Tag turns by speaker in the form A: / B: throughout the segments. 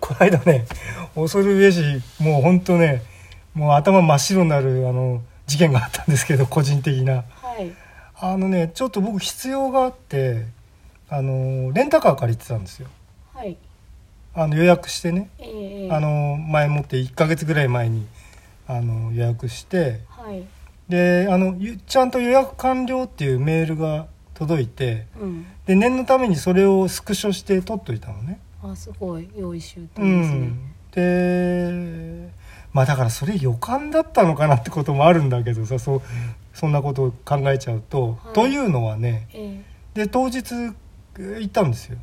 A: 間ね恐るべしもう本当ねもう頭真っ白になるあの事件があったんですけど個人的な
B: はい
A: あのねちょっと僕必要があってあのレンタカー借りてたんですよ
B: はい
A: あの予約してね
B: ええええ
A: あの前もって1ヶ月ぐらい前にあの予約して
B: はい
A: であのゆちゃんと予約完了っていうメールが届いて
B: うん
A: で念のためにそれをスクショして撮っといたのね
B: あすごい用意周到
A: う
B: ですね、
A: んでまあだからそれ予感だったのかなってこともあるんだけどさそうそんなことを考えちゃうと、
B: はい
A: というのはね
B: え
A: で当日えー行ったんですよ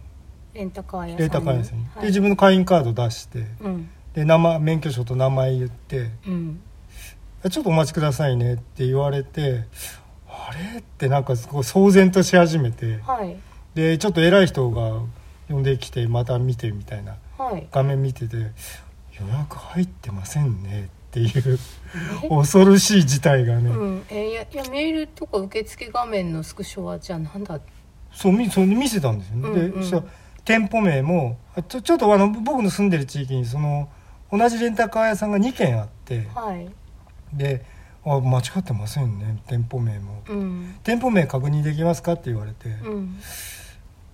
B: えレンタカー屋さん
A: レータカーですね、
B: はい
A: で自分の会員カード出して
B: うん
A: で名前免許証と名前言って
B: うん
A: 「ちょっとお待ちくださいね」って言われてあれってなんかすごい騒然とし始めて
B: はい
A: でちょっと偉い人が呼んできてまた見てみたいな
B: はい
A: 画面見てて「予約入ってませんね」っていう恐ろしい事態がね、
B: うんえーいやいやメールとか受付画面のスクショはじゃあなんだ
A: そうみそう見せたんですよね、
B: うんうん
A: でそしたら店舗名もあちょちょっとあの僕の住んでる地域にその同じレンタカー屋さんが2軒あって
B: はい
A: であ間違ってませんね店舗名も、
B: うん
A: 店舗名確認できますかって言われて、
B: うん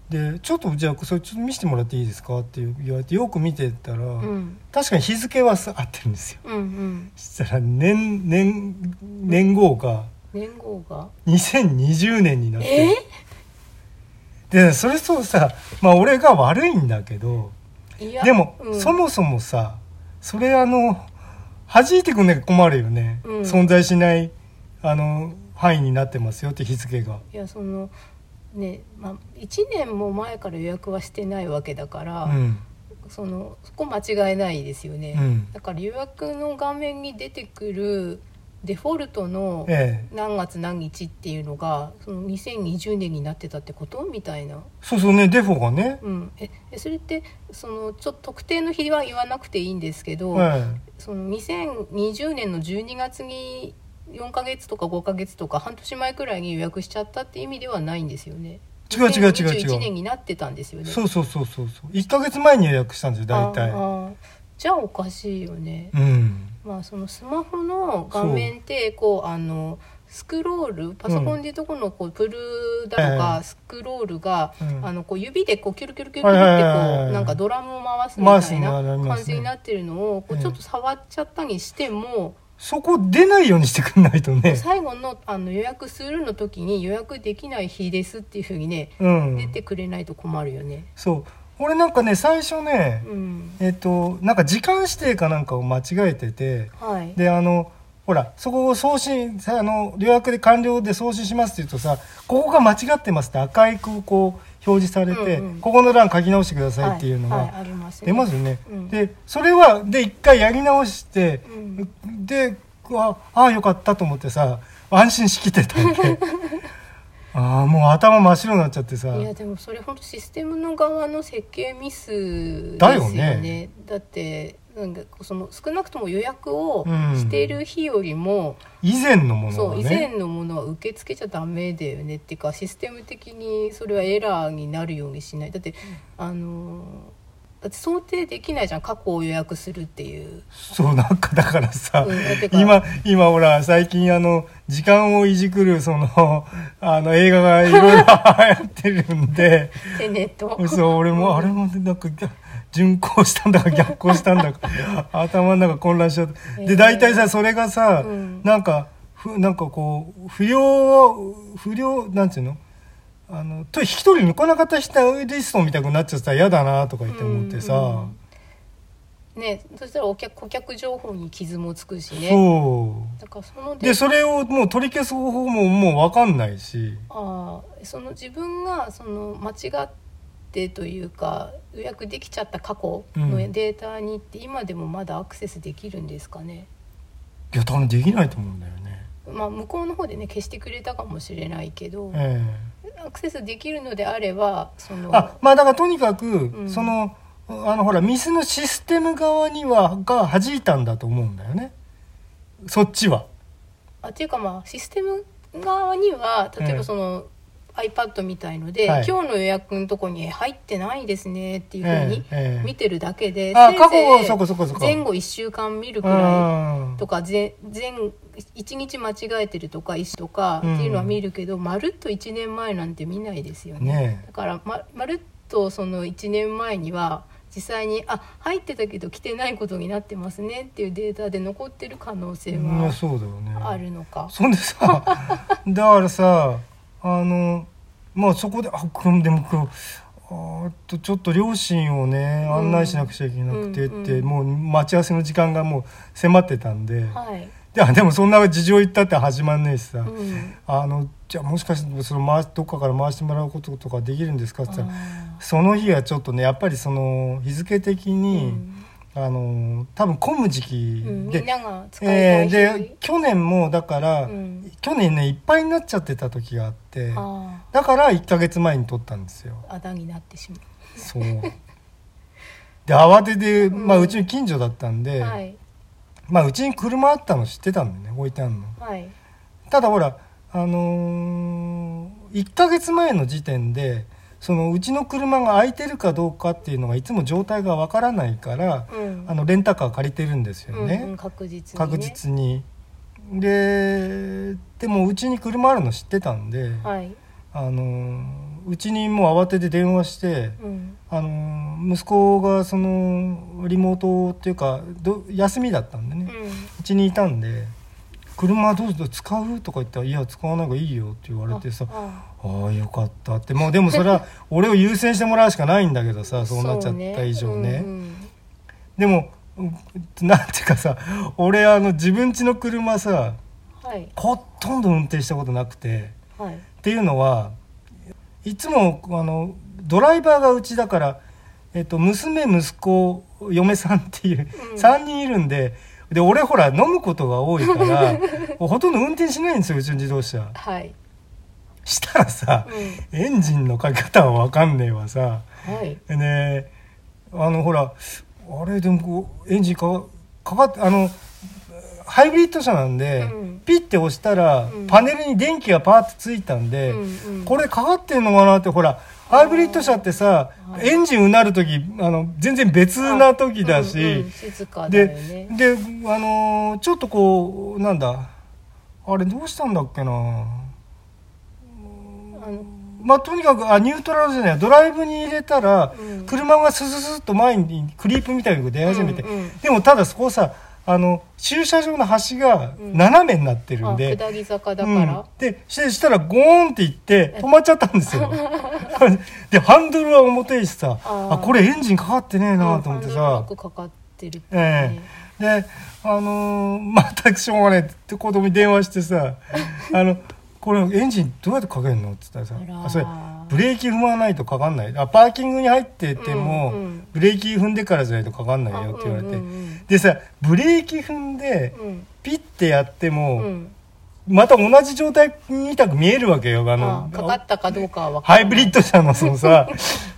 A: でちょっとじゃあそれちょっと見せてもらっていいですかって言われてよく見てたら、
B: うん
A: 確かに日付はさ合ってるんですよ
B: うんうん
A: そしたら年年年号が
B: 年号が
A: 2020年になって
B: え
A: るでそれそうさまあ俺が悪いんだけど
B: ーいや
A: でも、
B: うん
A: そもそもさそれあの弾いてくんなきゃ困るよね、
B: うん
A: 存在しないあの範囲になってますよって日付が。
B: いやそのねまあ、1年も前から予約はしてないわけだから、
A: うん
B: そのそこ間違えないですよね、
A: うん
B: だから予約の画面に出てくるデフォルトの
A: ええ、
B: 何月何日っていうのがその2020年になってたってことみたいな、
A: そうそうねデフォがね、
B: うん、ええそれってそのちょっと特定の日は言わなくていいんですけど、
A: はい
B: その2020年の12月に4ヶ月とか5ヶ月とか半年前くらいに予約しちゃったって意味ではないんですよね
A: 違う違う違う違う
B: 2021年になってたんですよね
A: そうそうそうそうそう1か月前に予約したんですよ大
B: あ
A: 体
B: あじゃあおかしいよね、
A: うん
B: まあそのスマホの画面ってこうあのスクロールパソコンでいうとこのこうプルーだと
A: え
B: かスクロールが、
A: うん
B: あのこう指でこうキュルキュルキュルキュルってこ
A: はいはいはいは
B: う
A: い
B: なんかドラムを回すみたい
A: 回すのあり
B: な
A: ますね
B: 感じになってるのをこう
A: ええ
B: ちょっと触っちゃったにしても、
A: そこ出ないようにしてくんないとね
B: 最後のあの予約するの時に予約できない日ですっていうふうにね
A: うん
B: 出てくれないと困るよね。
A: そう俺なんかね最初ね
B: うん、
A: えっとなんか時間指定かなんかを間違えてて
B: はい。
A: であのほらそこを送信さあの予約で完了で送信しますって言うとさここが間違ってますって赤いこうこう表示されて、
B: うんうん
A: ここの欄書き直してくださいっていうの
B: はいはい
A: が
B: ありますね。
A: 出ますよね、
B: うん
A: でそれはで一回やり直して、
B: うん
A: でああよかったと思ってさ安心しきってたん でああもう頭真っ白になっちゃってさ
B: いやでもそれ本当システムの側の設計ミスですよね。
A: だよね
B: だってなんかその少なくとも予約を
A: うん
B: している日よりも、
A: 以前のもの
B: そ
A: が
B: う以
A: ね
B: 前のものは受け付けちゃダメだよねっていうかシステム的にそれはエラーになるようにしない。だってあのだって想定できないじゃん過去を予約するって いう。
A: そうなんかだからさ、
B: うんだってか
A: 今今ほら最近あの時間をいじくるそのあの映画がいろいろ流行ってるん で
B: テネット。
A: そう俺もあれもなんか逆順行したんだか逆行したんだか 頭の中混乱しちゃって
B: え
A: で
B: ー
A: 大体さそれがさ、
B: うん
A: なんかふなんかこう不良不良なんていうのあのと引き取りに来なかった人リストみたいになっちゃったら嫌だなとか言って思ってさ、
B: うんうんね、そしたらお客顧客情報に傷もつくしね。
A: そう。
B: だからその
A: でそれをもう取り消す方法ももう分かんないし
B: ああその自分がその間違ってというか予約できちゃった過去の
A: うん
B: データにって今でもまだアクセスできるんですかね、
A: いや多分できないと思うんだよね
B: まあ、向こうの方でね消してくれたかもしれないけど、
A: え
B: アクセスできるのであればそ
A: え
B: の
A: あまあだからとにかく、
B: ん
A: そのあのほら店のシステム側にはが弾いたんだと思うんだよねそっちは
B: あっていうかまあシステム側には例え
A: え
B: ば
A: え
B: その、 iPad みたいので、
A: はい
B: 今日の予約のとこに入ってないですねっていうふうに
A: ええええ
B: 見てるだけで、
A: あ
B: せいぜい
A: 過去をそこそこそこ
B: 前後1週間見るくら
A: あ
B: いとか前前1日間違えてるとか1とかって
A: うん
B: いうのは見るけど、まるっと1年前なんて見ないですよね。
A: ね
B: だからままるっとその1年前には実際にあ入ってたけど来てないことになってますねっていうデータで残ってる可能
A: え
B: 性
A: ま
B: は
A: あそうだよね
B: あるのか。
A: そんでさだからさあのまあそこであこれでもこうあーっとちょっと両親をね
B: うん
A: 案内しなくちゃいけなくてって、
B: うんうん
A: もう待ち合わせの時間がもう迫ってたんで、
B: はい、
A: いやでもそんな事情言ったって始まんねえしさ、
B: うん
A: あのじゃあもしかしてその回しどっかから回してもらうこととかできるんですかって言ったら
B: あ
A: その日はちょっとねやっぱりその日付的
B: ー
A: に、あの多分混む時期
B: うんみん
A: で、
B: なが使いた
A: え
B: い
A: ー
B: 日
A: で去年もだから、
B: うん
A: 去年ねいっぱいになっちゃってた時があって
B: あ
A: だから1ヶ月前に撮ったんですよ
B: ーあだになってしま
A: そうで慌てて、まあ、
B: うん
A: うちの近所だったん
B: う、
A: で、
B: はい
A: まあうちに車あったの知ってたんだよね置いてあるの
B: はい
A: ただほらあのー、1ヶ月前の時点でそのうちの車が空いてるかどうかっていうのがいつも状態がわからないから
B: うん
A: あのレンタカー借りてるんですよね、
B: うんうん確実に、ね、
A: 確実にででもうちに車あるの知ってたんで、
B: はい、
A: あのーうちにもう慌てて電話して、
B: うん
A: あのー息子がそのリモートっていうかど休みだったんで
B: う
A: ね、
B: ん
A: うちにいたんで「車どうぞ使う?」とか言ったら「いや使わない方がいいよ」って言われてさ「
B: あ
A: ああよかった」ってもうでもそれは俺を優先してもらうしかないんだけどさ
B: あ
A: そうなっちゃった以上ね。
B: そううん
A: でもうんなんていうかさ俺あの自分家の車さ
B: うんはい
A: ほとんど運転したことなくて。
B: はい
A: っていうのはいつもあのドライバーがうちだから、えっと、娘息子嫁さんっていう、
B: うん
A: 3人いるんでで俺ほら飲むことが多いから もうほとんど運転しないんですようちの自動車
B: はい、
A: したらさ
B: う
A: エンジンのかけ方は分かんねえわさ
B: ん、はい
A: でねあのほらあれでもこうエンジンかかかってあのハイブリッド車なんで、
B: うん
A: ピッて押したら、
B: うん
A: パネルに電気がパーッとついたんで、
B: うんうん
A: これかかってんのかなってほらハイブリッド車ってさ
B: はい
A: エンジンうなる時あの全然別な時だし、
B: うんうん静かだよ
A: で
B: ね
A: で、あのーちょっとこうなんだあれどうしたんだっけな
B: あの
A: まあとにかくあニュートラルじゃないドライブに入れたら、
B: うん
A: 車がスススッと前にクリープみたいに出始めて、
B: うんうん
A: でもただそこさあの駐車場の端が
B: うん
A: 斜めになってる
B: あ
A: んで、
B: 下り坂だから、
A: うん、でししたらゴーンっていって止まっちゃったんです よでハンドルは重てえしさ
B: あ
A: あ
B: ー
A: これエンジンかかってねえなと思って
B: ハンドルロ
A: さ
B: ッ、クかかってるって
A: え
B: ね
A: えであのー またしょうがないって子供に電話してさあのこれエンジンどうやってかけるのって言ったら
B: あ
A: さ
B: らー
A: あそれブレーキ踏まないとかかんないあパーキングに入ってても、
B: うんうん
A: ブレーキ踏んでからじゃないとかかんない
B: あ
A: よって言われて、
B: うんうん
A: でさブレーキ踏んで
B: うん
A: ピッてやっても、
B: うんうん
A: また同じ状態みたく見えるわけよあの
B: あかかったかどうかは分か
A: ハ
B: らない
A: イブリッド車のそのさ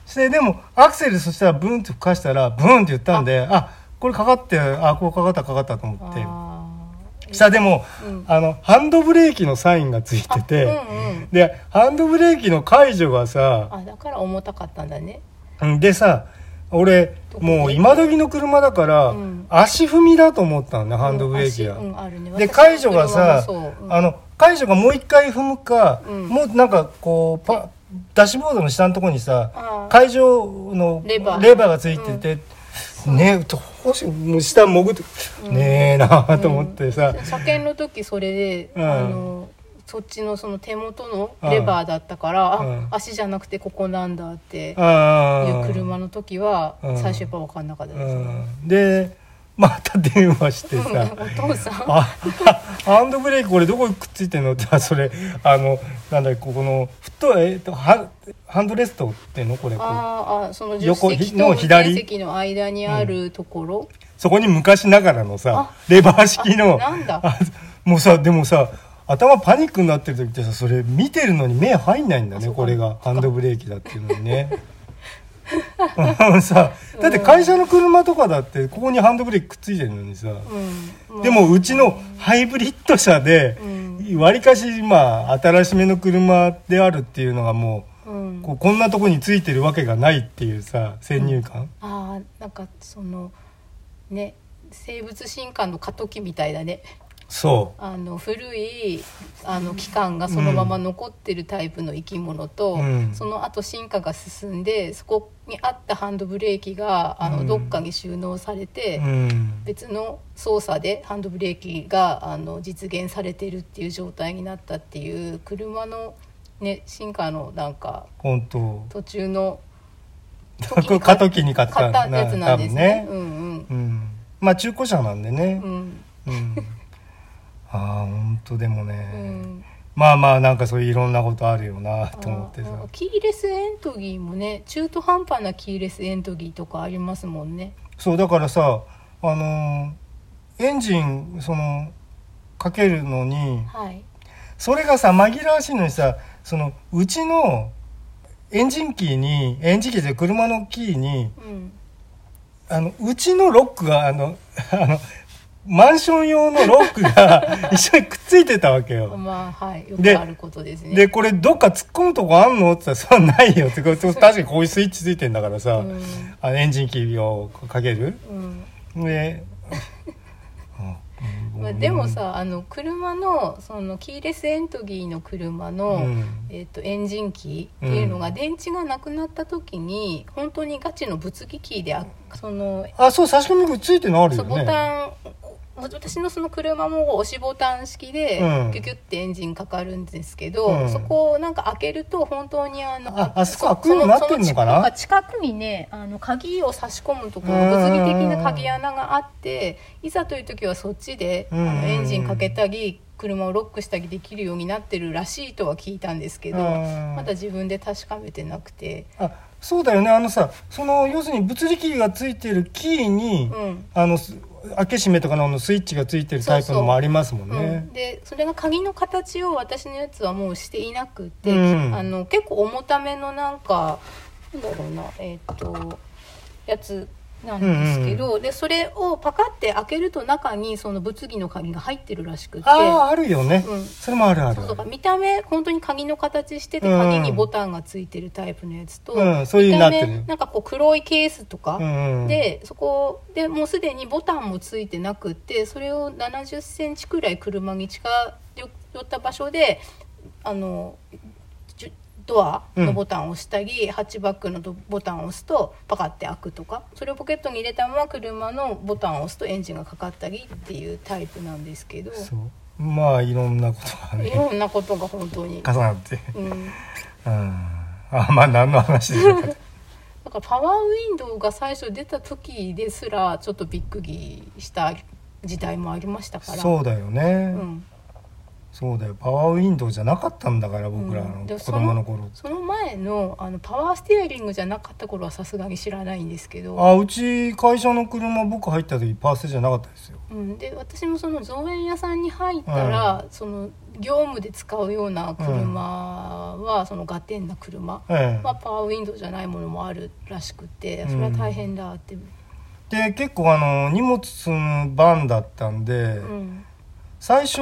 A: してでもアクセルそしたらブンって吹かしたらブンって言ったんであこれかかってあこうかかったかかったと思っ
B: あ
A: てしたらでも、
B: うん
A: あのハンドブレーキのサインがついて
B: ー
A: て、
B: うんうん
A: でハンドブレーキの解除がさ
B: あだから重たかったんだね
A: でさ俺もう今時の車だから、
B: うん
A: 足踏みだと思ったのねハンドブレーキが。
B: うん足うんあるね
A: で
B: 私の
A: 解除がさ、
B: 車もそううん
A: あの解除がもう一回踏むか、
B: うん
A: もうなんかこうパダッシュボードの下のところにさ
B: あー
A: 解除の
B: レバー
A: がついてて、ねえどうしようもう下潜って、ねえなあと思ってさ、
B: 車検の時それで、
A: うん
B: あのそっちのその手元のレバーだったから、
A: うん
B: あ足じゃなくてここなんだっていう
A: ああ
B: 車の時は
A: うん
B: 最初やっぱ分かんなかったです、
A: うんでまた電話してさ
B: うん お父さん
A: ああハンドブレーキこれどこにくっついてんのってあそれあのなんだここの太い、えっと、ハハンドレストっていうのこれこう
B: あーあその助
A: 横
B: 手席
A: の
B: と運
A: 左
B: 転席の間にあるところ、
A: そこに昔ながらのさ
B: あ
A: レバー式の
B: あなんだ
A: あ もうさでもさ頭パニックになってる時ってさそれ見てるのに目入んないんだ
B: あ
A: ね
B: そうか
A: これがハンドブレーキだっていうのにねうんさだって会社の車とかだってここにハンドブレーキくっついてるのにさ、
B: うん
A: でもうちのハイブリッド車で
B: うん
A: わりかしまあ新しめの車であるっていうのがも
B: うん
A: うこうこんなとこについてるわけがないっていうさ先入観、
B: あーなんかそのね生物進化の過渡期みたいだね
A: そ
B: あの古いあの期間がそのまま残ってるタイプの生き物と、
A: うん
B: その後進化が進んでそこにあったハンドブレーキがあ
A: う
B: の
A: ん
B: どっかに収納されて、
A: う、うん、
B: 別の操作でハンドブレーキがあの実現されてるっていう状態になったっていう車の、ね、進化のなんか
A: 本当
B: 途中の
A: これ過渡期に買った
B: 買ったやつなんですね。
A: 多
B: う
A: 分
B: ん
A: うん、まあ中古車なんでね
B: う、んうん
A: うんああ本当でもね、
B: うん
A: まあまあなんかそういういろんなことあるよなと思って
B: あ
A: さ
B: ーキーレスエントギーもね中途半端なキーレスエントギーとかありますもんね
A: そうだからさあのーエンジンそのかけるのに
B: はい
A: それがさ紛らわしいのにさそのうちのエンジンキーにエンジンキーで車のキーに
B: うん
A: あのうちのロックがあのあのマンション用のロック が一緒にくっついてたわけよ。
B: まあはいよ
A: で
B: くあることですね
A: でこれどっか突っ込むとこあんのって言ったら「そうないよ」ってこれ確かにこういうスイッチついてんだからさ、
B: うん
A: あのエンジンキーをかける
B: うん
A: であうん
B: まあ、でもさあの車のそのキーレスエントギーの車の、
A: うん
B: えっとエンジンキーっていうのが電池がなくなった時に本当にガチの物理キーであその
A: あそう差し込み口ついてるのある
B: そ
A: よ
B: う
A: ね
B: ボタン私のその車も押しボタン式で
A: うん
B: ギュギュってエンジンかかるんですけど、
A: うん
B: そこをなんか開けると本当にあの
A: ああそこ
B: う
A: 開くようになってんのかな
B: そそ近くにねあの鍵を差し込むところ物理的な鍵穴があっていざという時はそっちで、
A: うん
B: あのエンジンかけたり車をロックしたりできるようになってるらしいとは聞いたんですけど、
A: うん
B: まだ自分で確かめてなくて。
A: あそうだよねあのさその要するに物理キーがついてるキーに、
B: うん
A: あのす開け閉めとかのあのスイッチがついてるタイプ
B: そ
A: の
B: うそう
A: もありますもん
B: うん
A: ね、
B: でそれが鍵の形を私のやつはもうしていなくて、
A: うん
B: あの結構重ためのなんかなんだろうなえーっとやつなんですけど、でそれをパカって開けると中にその物議の鍵が入ってるらしくて。
A: あああるよね、
B: うん
A: それもあるある
B: そうそうか見た目本当に鍵の形してて
A: うん
B: 鍵にボタンがついてるタイプのやつと、
A: うんそういうのになってる
B: 見た目なんかこう黒いケースとか、
A: うんうん
B: でそこでもうすでにボタンもついてなくってそれを7 0センチくらい車に近寄った場所であのじゅドアのボタンを押したり、ハッチバックのドボタンを押すとパカって開くとかそれをポケットに入れたまま車のボタンを押すとエンジンがかかったりっていうタイプなんですけど
A: そうまあいろんなことが
B: い
A: ね
B: ろんなことが本当に。
A: 重なって
B: う
A: う
B: ん
A: んあまあ何の話でしょうか
B: だからパワーウィンドウが最初出た時ですらちょっとびっくりした時代もありましたから
A: そうだよね、
B: うん、
A: そうだよパワーウィンドウじゃなかったんだから僕ら
B: うん
A: の
B: でも
A: 子
B: その
A: 供の頃、
B: その前のあのパワーステアリングじゃなかった頃はさすがに知らないんですけど、
A: あうち会社の車僕入った時パースじゃなかったですよ
B: うん、で私もその造園屋さんに入ったら、その業務で使うような車は、そのガテンな車は、
A: ええ
B: パワーウィンドウじゃないものもあるらしくてそれは大変だって、
A: で結構あの荷物積むバンだったんで、
B: うん
A: 最初あ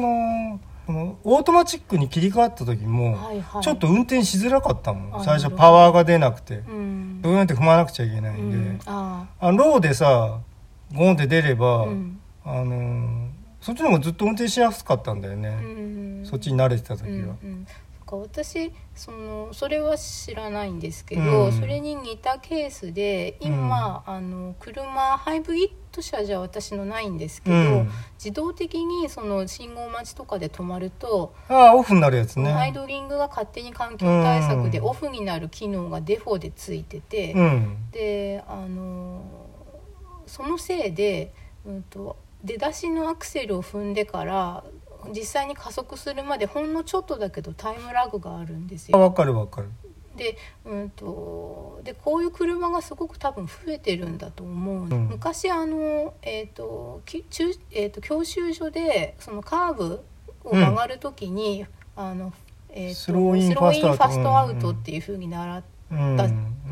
A: のこのオートマチックに切り替わった時も、
B: はいはい
A: ちょっと運転しづらかったも
B: あ
A: ん最
B: なる
A: 初
B: ほど
A: パワーが出なくて、
B: うん
A: ブーンって踏まなくちゃいけない
B: うん
A: で、
B: ん、あ
A: あローでさゴーンって出れ
B: あ
A: ば、
B: うん
A: あのそっちの方がずっと運転しやすかったんだよ
B: う
A: ね、
B: ん
A: そっちに慣れてた時は、
B: うんうん、そっか私そのそれは知らないんですけど、
A: うん
B: それに似たケースで今、あの車ハイブリッド車じゃ私のないんですけど、
A: うん
B: 自動的にその信号待ちとかで止まると、
A: ああオフになるやつね
B: アイドリングが勝手に環境対策で
A: うん
B: オフになる機能がデフォでついてて。
A: うん
B: であのそのせいで、うん、と出だしのアクセルを踏んでから実際に加速するまでほんのちょっとだけどタイムラグがあるんです
A: あ
B: よ。
A: わかるわかる
B: で,、うん、とでこういう車がすごく多分増えてるんだと思う、
A: ん
B: 昔あの、えーとき中えー、と教習所でそのカーブを曲がる時に、あのえーと
A: スローインファストアウト
B: スローインファストアウトっていう風に習っった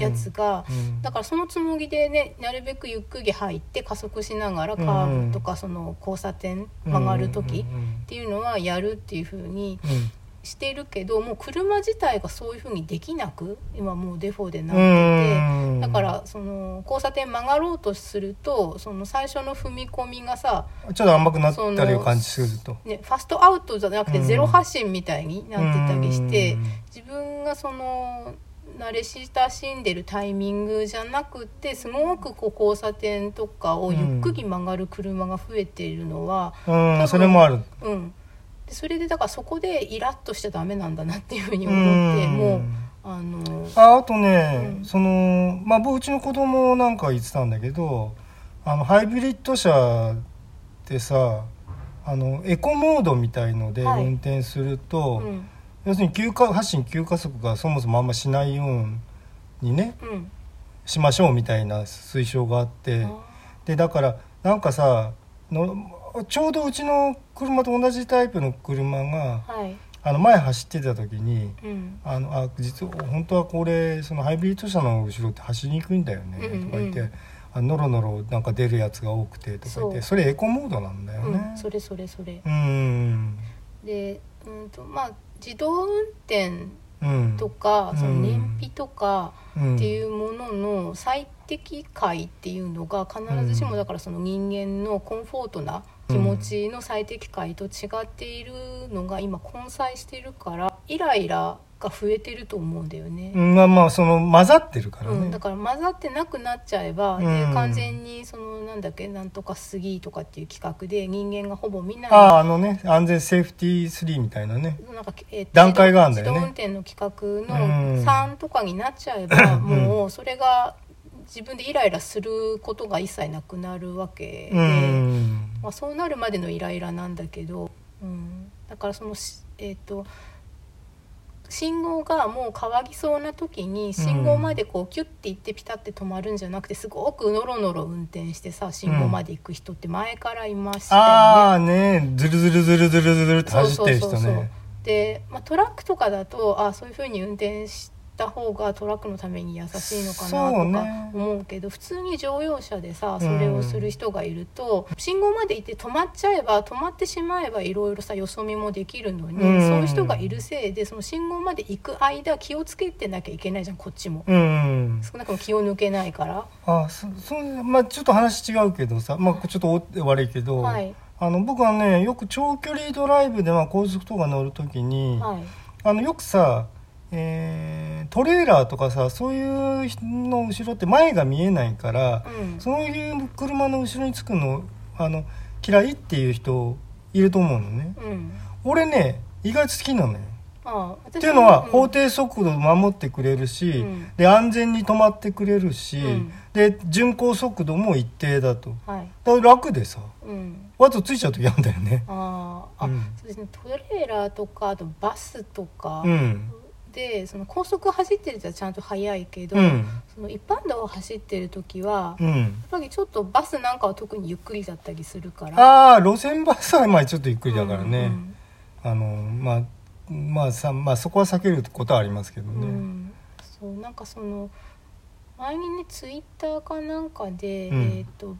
B: やつが、
A: うん
B: だからそのつもりでねなるべくゆっくり入って加速しながらカーブとかその交差点曲がる時っていうのはやるっていうふうにしてるけどもう車自体がそういうふうにできなく今もうデフォでなってて。だからその交差点曲がろうとするとその最初の踏み込みがさ、
A: ちょっと甘くなったりを感じすると
B: ね、ファストアウトじゃなくて
A: うん
B: ゼロ発進みたいになってたりして、
A: うん
B: 自分がその慣れ親しんでるタイミングじゃなくてすごくこう交差点とかをゆっくり曲がる車が増えているのは、
A: うん
B: 多分
A: それもある
B: うんでそれでだからそこでイラッとしちゃダメなんだなっていうふうに思って、
A: うん
B: もうあの
A: ああとね、
B: うん
A: そのまあ僕うちの子供なんか言ってたんだけどあのハイブリッド車ってさあのエコモードみたいので
B: はい
A: 運転すると、
B: うん
A: 要するに急加発進急加速がそもそもあんましないようにね
B: うん
A: しましょうみたいな推奨があって。でだからなんかさのちょうどうちの車と同じタイプの車が
B: あーはい、
A: あの前走ってた時に
B: うん
A: あのあ実は本当はこれそのハイブリッド車の後ろって走りにくいんだよね
B: うんうん
A: とか言って、あノロノロなんか出るやつが多くてとか言ってそれエコモードなんだよ
B: う
A: ね
B: ん、。それそれそれ
A: う、ん
B: でうんとまあ自動運転
A: うん
B: とか、
A: うん
B: その燃費とか
A: うん
B: っていうものの最適解っていうのが必ずし
A: う
B: も
A: ん
B: だからその人間のコンフォートな気持ちの最適解と違っているのが今混在してるからイライラが増えてると思うんだよね。
A: うんまあまあその混ざってるから
B: うん、
A: ね
B: だ。から混ざってなくなっちゃえば、で
A: うん
B: 完全にそのなんだっけなんとかスギーとかっていう企画で人間がほぼ見ない
A: あああのね安全セーフティー3みたいなね。
B: なんかえー
A: 段階があるんだよね
B: 自動運転の企画
A: う
B: の
A: ん
B: 3とかになっちゃえば、
A: うん
B: もうそれが自分でイライラすることが一切なくなるわけで、
A: うん
B: まあ、そうなるまでのイライラなんだけど、うん、だからそのしえっ、と信号がもう変わりそうな時に信号までこうキュッて行ってピタッて止まるんじゃなくてすごくノロノロ運転してさ信号まで行く人って前からいましたよね。
A: ああねずるずるずるずるずるって走ってる人ね
B: で、まあ、トラックとかだとあそういうふうに運転した方がトラックのために優しいのか
A: そう
B: な
A: ね
B: とか思うけど普通に乗用車でさそれをする人がいると、信号まで行って止まっちゃえば止まってしまえばいろいろさよそ見もできるのに、
A: うん
B: そういう人がいるせいでその信号まで行く間気をつけてなきゃいけないじゃんこっちも。
A: うん
B: 少なくとも気を抜けないから。
A: あそそうまあちょっと話違うけどさまあちょっとお悪いけど、
B: はい
A: あの僕はねよく長距離ドライブでまあ高速とか乗る時に、
B: はい
A: あのよくさ、えートレーラーとかさそういうの後ろって前が見えないから、
B: うん
A: そういう車の後ろにつくのあの嫌いっていう人いると思うのね
B: うん、
A: 俺ね意外と好きなのよ
B: あ私
A: っていうのは
B: ん
A: 法定速度を守ってくれるし、
B: うん
A: で安全に止まってくれるし、
B: うん
A: で巡航速度も一定だと
B: はい、
A: だから楽でさ
B: うん
A: わざとついちゃう時あるんだよね
B: あーあ、
A: うん
B: そうですねトレーラーとかあとバスとか
A: うん
B: で、その高速走ってるとはちゃんと速いけど、
A: うん
B: その一般道を走ってる時は、
A: う
B: やっ
A: ん
B: ぱりちょっとバスなんかは特にゆっくりだったりするから
A: ああ路線バスはまあちょっとゆっくりだからね、
B: うん
A: あのまあまあさまあそこは避けることはありますけど
B: うんう
A: ね
B: んそうなんかその前にねツイッターかなんかで、
A: うん
B: えっと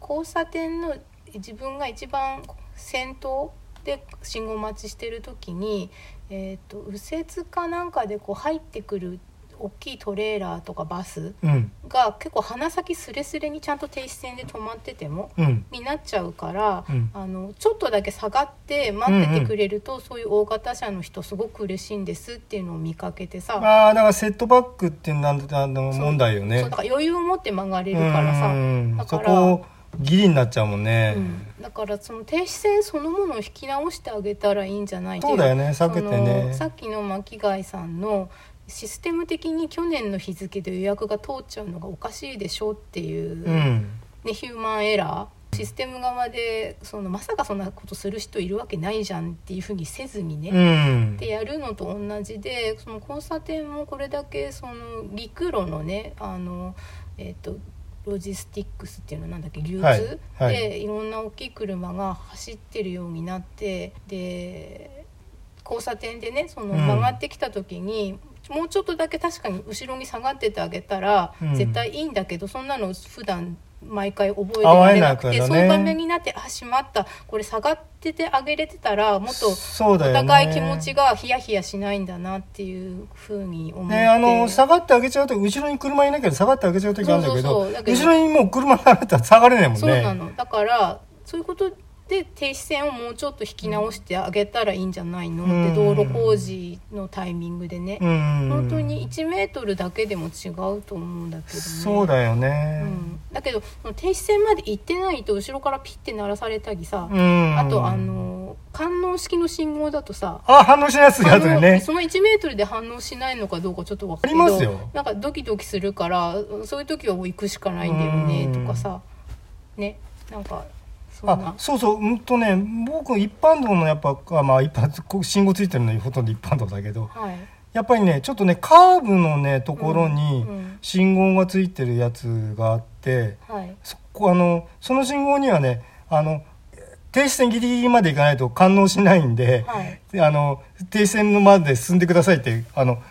B: 交差点の自分が一番先頭で信号待ちしてる時に、えー、と右折かなんかでこう入ってくる大きいトレーラーとかバス
A: うん
B: が結構鼻先すれすれにちゃんと停止線で止まってても
A: うん
B: になっちゃうから、
A: うん
B: あのちょっとだけ下がって待っててくれると、そういう大型車の人すごく嬉しいんですっていうのを見かけてさ。
A: ああだからセットバックってなんだあの問題よね
B: そうだから余裕を持って曲がれるからさ、
A: うん
B: だ
A: そ
B: から
A: こギリになっちゃうもんね、
B: うん、だからその停止線そのものを引き直してあげたらいいんじゃないってい
A: そうだよね避けて
B: そ
A: ね
B: のさっきの巻貝さんのシステム的に去年の日付で予約が通っちゃうのがおかしいでしょっていう、
A: う
B: ね、
A: ん
B: ヒューマンエラーシステム側でそのまさかそんなことする人いるわけないじゃんっていうふうにせずにね、
A: うん
B: でやるのと同じでその交差点もこれだけその陸路のねあの、えっとロジスティックスっていうのはなんだっけ流通、
A: はいはい
B: でいろんな大きい車が走ってるようになってで交差点でねその
A: うん
B: 曲がってきた時に、もうちょっとだけ確かに後ろに下がっててあげたら、
A: うん
B: 絶対いいんだけどそんなの普段毎回覚えて
A: 合わ
B: ら
A: な
B: れ
A: い
B: なくて
A: からね
B: そういう場面になってあしまったこれ下がっててあげれてたらもっと
A: そう
B: お
A: だよね
B: 互い気持ちがヒヤヒヤしないんだなっていうふうに思って、
A: ね、あの下がってあげちゃうと後ろに車いなきゃ下がってあげちゃう時あるんだけ
B: そう
A: ど
B: そうそうだけど
A: 後ろにもう車があったら下がれないもんね
B: そうなのだからそういうことで停止線をもうちょっと引き直してあげたらいいんじゃないの、
A: うん
B: って道路工事のタイミングでね、
A: うん
B: 本当に1メートルだけでも違うと思うんだけどね
A: そうだよね
B: うん、だけどその停止線まで行ってないと後ろからピッて鳴らされたりさ、
A: うん
B: あとあの反応式の信号だとさ
A: あ反応しないやつやつだよ
B: 反応
A: ね
B: その1メートルで反応しないのかどうかちょっと分かるけ
A: あり
B: ど
A: ますよ
B: なんかドキドキするからそういう時はもう行くしかないんだよね
A: うん
B: とかさねなんかそん
A: あ
B: な
A: そうそううんとね僕一般道のやっぱあまあ一般こう信号ついてるのにほとんど一般道だけど
B: はい、
A: やっぱりねちょっとねカーブのねところに
B: うん
A: 信号がついてるやつがあって
B: はい、
A: そこあのその信号にはねあの停止線ギリギリまで行かないと感応しないんで、
B: はい
A: であの停止線のまで進んでくださいってあの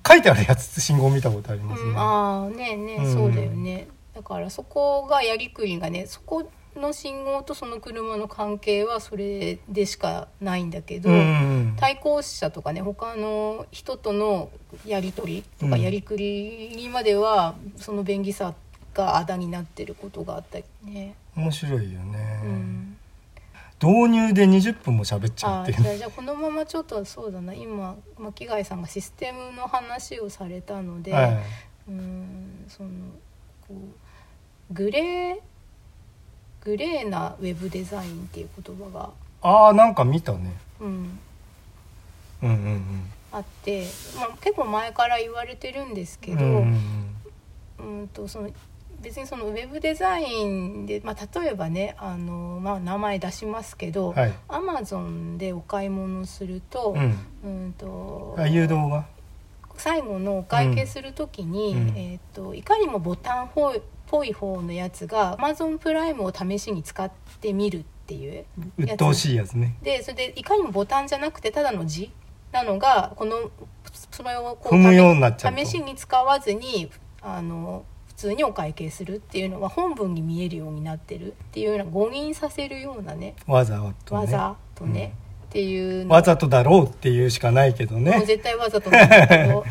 A: か書いてあるやつ信号見たことありますね。
B: うん、ああねえねえ、
A: うん
B: そうだよねだからそこがやりくりがねそこの信号とその車の関係はそれでしかないんだけど、
A: うん
B: 対向車とかね他の人とのやり取りとか
A: うん
B: やりくりにまでは、その便利さがあだになってることがあったりね、
A: 面白いよね、
B: うん、
A: 導入で20分も喋っちゃう
B: あ
A: って
B: ー
A: い
B: じゃ
A: う
B: あじゃあこのままちょっとそうだな今巻貝さんがシステムの話をされたので、
A: は
B: うーんそのこうグレーグレーなウェブデザインっていう言葉が、
A: ああなんか見たね
B: うん、
A: うんうんうん
B: あって、まあ、結構前から言われてるんですけど、
A: うんうん
B: うんとその別にそのウェブデザインで、まあ、例えばねあの、まあ、名前出しますけ
A: う
B: ど、
A: んはい、
B: アマゾンでお買い物すると,、
A: うん、
B: うんと
A: あ誘導が
B: 最後のお会計するときに、
A: うん
B: えー、といかにもボタンっぽいっぽい方のやつが Amazon プライムを試しに使ってみるっていう
A: 鬱陶しいやつね
B: でそれでいかにもボタンじゃなくてただの字なのがこのそれをこ
A: 踏むようになっちゃうと
B: 試しに使わずにあの普通にお会計するっていうのは本文に見えるようになってるっていうような誤認させるようなね
A: わざとね
B: わざとねっていうの
A: わざとだろうっていうしかないけど
B: もう
A: ね
B: 絶対わざとなんだけ ど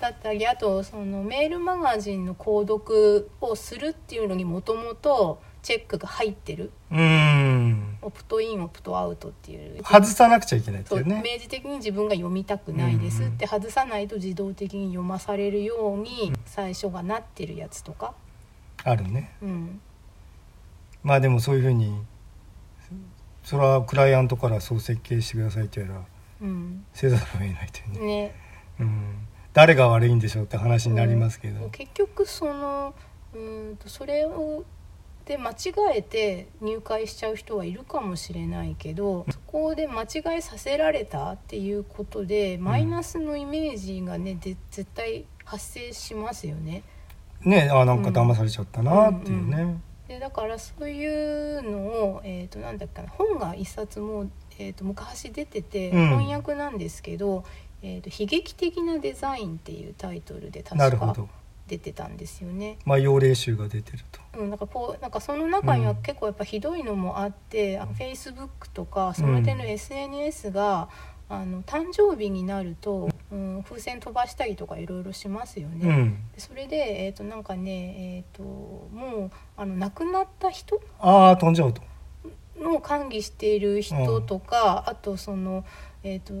B: だったりあとそのメールマガジンの購読をするっていうのにもともとチェックが入ってる
A: うん
B: オプトインオプトアウトっていう
A: 外さなくちゃいけないって
B: そ
A: いううね
B: 明示的に自分が読みたくないですって外さないと自動的に読まされるように最初がなってるやつとか、
A: あるね
B: うん、
A: まあでもそういうふうにそれはクライアントからそう設計してくださいって言うら
B: うん、
A: せざるを得ないというね、
B: ね
A: うん、誰が悪いんでしょうって話になりますけど、
B: うん結局そのうーんとそれをで間違えて入会しちゃう人はいるかもしれないけどそこで間違えさせられたっていうことでマイナスのイメージがねで絶対発生しますよね。
A: ねあなんか騙されちゃったなっていうね、
B: うでだからそういうのを、えー、となんだっけな本が一冊もう、えー、と昔出てて、
A: うん
B: 翻訳なんですけど「えー、と悲劇的なデザイン」っていうタイトルで
A: な
B: 確
A: るほ
B: か
A: ど
B: 出てたんですよね。
A: まあ用例集が出てると
B: うん、なんかこうなんかその中には
A: うん
B: 結構やっぱひどいのもあって、フェイスブックとかその手の SNS が、あの誕生日になると、うん、風船飛ばしたりとかいろいろしますよね。
A: うん
B: でそれで、えー、となんかね、えー、ともうあの亡くなった人
A: ああ飛んじゃうと
B: の管理している人とか、あとそのえっ、と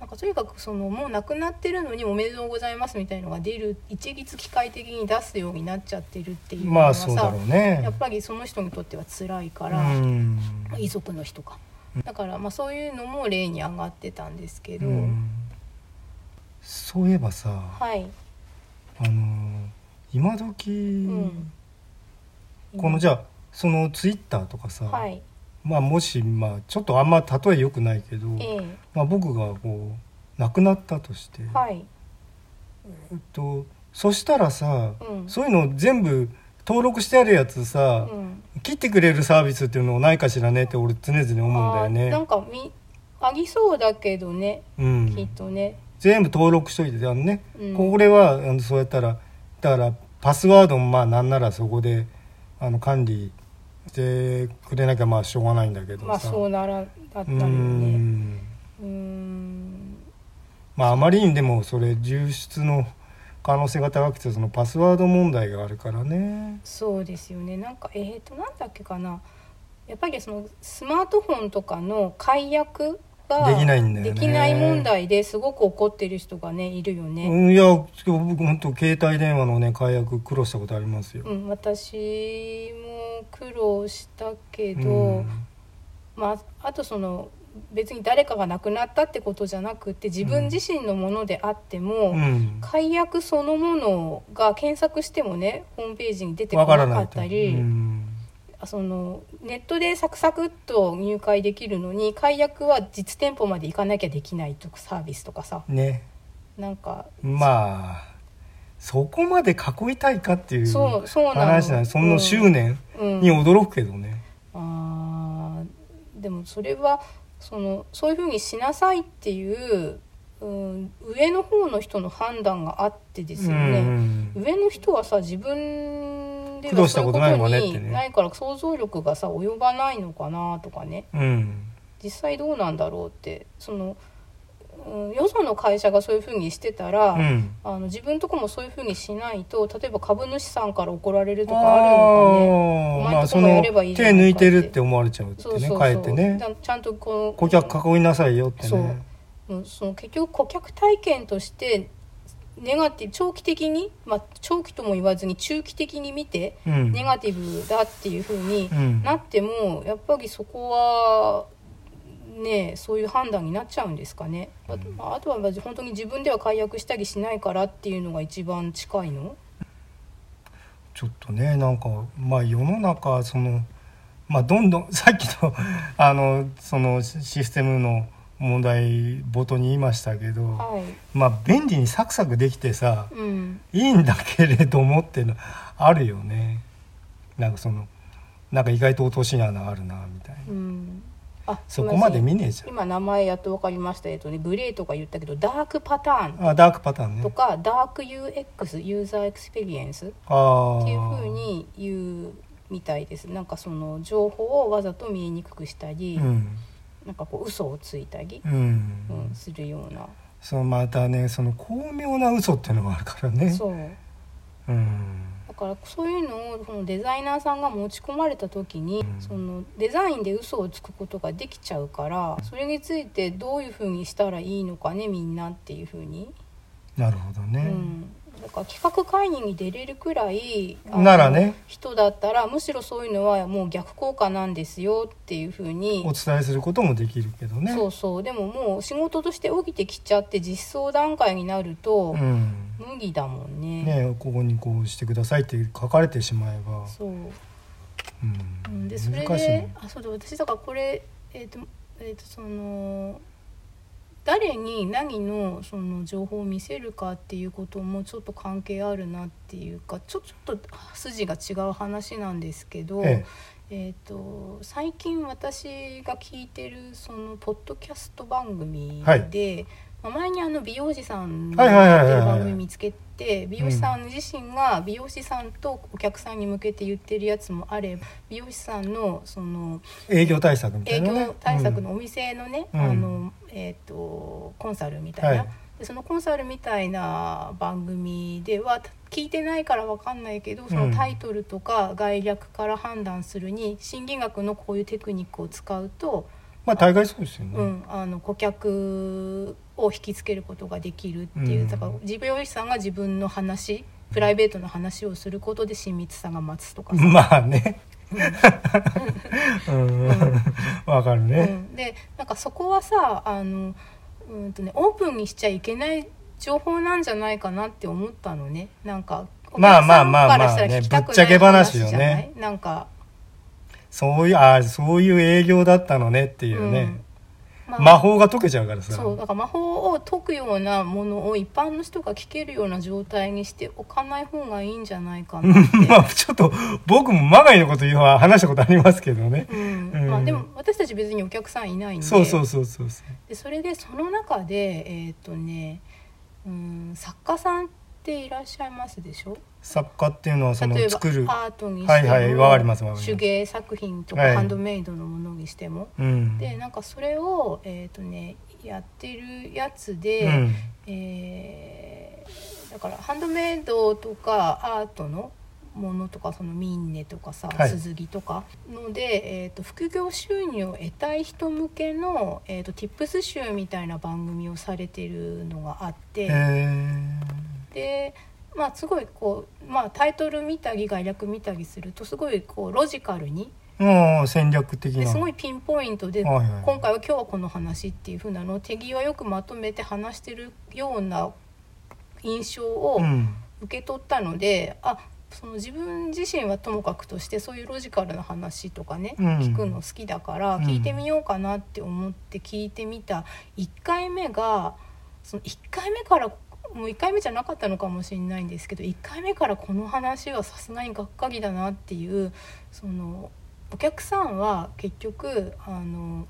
B: なんかとにかくそのもう亡くなってるのに「おめでとうございます」みたいのが出る一律機械的に出すようになっちゃってるっていうの
A: ま
B: は
A: あ
B: さ、
A: そうだろうね
B: やっぱりその人にとっては辛いから、
A: うん
B: 遺族の人かだからまあそういうのも例に上がってたんですけど、
A: うんそういえばさ、
B: はい、
A: あのー今時、
B: うん、
A: このじゃあそのツイッターとかさ、
B: はい
A: まあもしまあちょっとあんま例え良くないけど、
B: ええ
A: まあ、僕がこう亡くなったとして、
B: はい
A: えっと、そしたらさ、
B: うん
A: そういうの全部登録してあるやつ
B: う
A: さ、
B: ん
A: 切ってくれるサービスっていうのないかしらねって俺常々思うんだよ
B: あーなん
A: ね。
B: かみありそうだけどね
A: うん
B: きっとね、
A: 全部登録しといてあのね、
B: うん
A: これはあのそうやったらだからパスワードもまあなんならそこであの管理してくれなきゃまあしょうがないんだけどさ、
B: まあそうならだった
A: う
B: の
A: ー
B: よね
A: ん
B: うーん
A: まああまりにでもそれ流出の可能性が高くてそのパスワード問題があるからね
B: そうですよねなんかえー、となんだっけかなやっぱりそのスマートフォンとかの解約が
A: できないんだよね
B: できない問題ですごく怒ってる人がねいるよね、
A: うんいや僕本当携帯電話のね解約苦労したことありますよ
B: う、ん私も苦労したけど、
A: うん
B: まあ、あとその別に誰かが亡くなったってことじゃなくて自分自身のものであっても、
A: うん
B: 解約そのものが検索してもねホームページに出てこ
A: わか
B: な
A: ら
B: か
A: ない
B: っ
A: と
B: たり、
A: うん
B: そのネットでサクサクっと入会できるのに解約は実店舗まで行かなきゃできないとかサービスとかさ
A: ね
B: なんか
A: まあそこまで囲いたいかっていう
B: そうそうなの
A: 話なんでその執念
B: うん
A: に驚くけどね、
B: あーでもそれはそのそういうふうにしなさいっていう、うん、上の方の人の判断があってで
A: うん
B: すよね、上の人はさ自分で
A: 苦労
B: は
A: した
B: そういう
A: こ
B: ことと
A: ないもんねってね
B: にないから想像力がさ及ばないのかなとかね
A: うんうん
B: 実際どうなんだろうってその、うん、よその会社がそういうふうにしてたら、
A: うん
B: あの自分とこもそういうふうにしないと例えば株主さんから怒られるとかあるの
A: あ
B: かね。お
A: あ
B: 前
A: まあ
B: んと
A: そ
B: こも
A: の
B: や
A: 手
B: ればいいじゃないかっ
A: 抜
B: て
A: いてるって思われちゃうって
B: そう
A: ね
B: そう
A: かえ
B: そ
A: っ
B: う
A: てね
B: だちゃんとこの
A: 顧客囲いなさいよって
B: そう
A: ね
B: うんその結局顧客体験としてネガティブ長期的に、まあ、長期とも言わずに中期的に見て
A: うん
B: ネガティブだっていうふうに
A: うん
B: なってもやっぱりそこはねそういう判断になっちゃうんですかね、あまあ、あとはまあ本当に自分では解約したりしないからっていうのが一番近いの
A: ちょっとねなんかまあ世の中そのまあどんど んさっきのあのそのシシステムの問題冒頭に言いましたけど
B: は
A: まあ便利にサクサクできてさ
B: い、うん、
A: いいんだけれどもっていうのあるよねなんかそのなんか意外と落とし穴あるなみたいな
B: うん、あ
A: そこまで見
B: すいせん
A: ねえじ
B: 今名前やっと分かりましたえっとねグレーとか言ったけどダークパター
A: ゃ
B: ン
A: んあダークパターン
B: と
A: ね
B: か、ダーク UX ユーザーエクスペリエンスっ
A: ああ
B: ていう風に言うみたいですなんかその情報をわざと見えにくくしたり、
A: うん
B: なんかこう嘘をついたり、
A: うん、
B: うん、するような、
A: そのまたねその巧妙な嘘っていうのもあるからね
B: そう
A: うん
B: だからそういうのをそのデザイナーさんが持ち込まれた時に、
A: うん
B: そのデザインで嘘をつくことができちゃうからそれについてどういう風にしたらいいのかねみんなっていう風に
A: なるほどね、
B: うんだから企画会議に出れるくらいあの
A: ならね
B: 人だったらむしろそういうのはもう逆効果なんですよっていうふうに
A: お、伝えすることもできるけどね
B: そうそうでももう仕事として起きてきちゃって実装段階になると
A: うん
B: 無理だもんね。
A: ね、ここにこうしてくださいって書かれてしまえば、
B: そうう
A: うんん、
B: でそれ
A: 難しい
B: で
A: ね
B: あそうだ私だからこれえっ、と,、えー、とその誰に何のその情報を見せるかっていうこともちょっと関係あるなっていうかちょちょっと筋が違う話なんですけど、
A: え
B: えー、と最近私が聞いてるそのポッドキャスト番組で、まあ前にあの美容師さんの
A: はいはいはいはい
B: やってる番組見つけて美容師さん自身が美容師さんとお客さんに向けて言ってるやつもあれば美容師さんのその
A: 営業対策みた
B: 営
A: いな、ね、
B: 業対策のお店のね、
A: うん
B: あのえー、とコンサルみたいな、
A: はい
B: でそのコンサルみたいな番組では聞いてないからわかんないけどそ
A: うん
B: のタイトルとか概略から判断するに心理学のこういうテクニックを使うと、
A: うんまあ大概そうですよね、
B: うん、あの顧客を引きつけることができるっていう、
A: うん
B: だから自分よりさんが自分の話プライベートの話をすることで親密さが増すとかさ
A: まあねうんわかる
B: う
A: ね、
B: ん、でなんかそこはさあのうんと、ね、オープンにしちゃいけない情報なんじゃないかなって思ったのねなんかお
A: まあ
B: 客
A: まあ
B: さん
A: まあま
B: か
A: あね
B: らしたら聞きたく
A: ぶっちゃ
B: な
A: け
B: い
A: 話
B: 話
A: よ
B: じ
A: ね
B: ゃないなんか
A: そういうああそういう営業だったのねっていうね、
B: うんまあ
A: 魔法が解けちゃうからさ
B: そうだから魔法を解くようなものを一般の人が聞けるような状態にしておかない方がいいんじゃないかなって、
A: まあちょっと僕もマガイのこと言うのは話したことありますけどね、
B: うん
A: うん
B: まあ、でも私たち別にお客さんいないんで
A: そうそうそうそうそ
B: でそれでその中でえーっ、とねうん作家さんっていらっしゃいますでしょ
A: う作家っていうのはその
B: 例えば
A: 作る
B: アートにしても、
A: はいはいわかりますわかります
B: 手芸作品とか、
A: はい
B: ハンドメイドのものにしても
A: うん
B: でなんかそれをえーっ、とねやってるやつで、
A: うん
B: えーだからハンドメイドとかアートのものとかそのミンネとかさ、
A: はい
B: 鈴木とかので、えー、と副業収入を得たい人向けの、えー、と Tips 集みたいな番組をされてるのがあって。
A: え
B: でまあすごいこう、まあ、タイトル見たり概略見たりするとすごいこうロジカルに
A: ー、もう戦略的な
B: ですごいピンポイントで、
A: はいはい
B: 今回は今日はこの話っていう風なのを手際よくまとめて話してるような印象を
A: うん
B: 受け取ったので、あその自分自身はともかくとしてそういうロジカルな話とかね、
A: うん
B: 聞くの好きだから
A: うん
B: 聞いてみようかなって思って聞いてみた1回目がその1回目からもう1回目じゃなかったのかもしれないんですけど1回目からこの話はさすがにがっかりだなっていうそのお客さんは結局あの、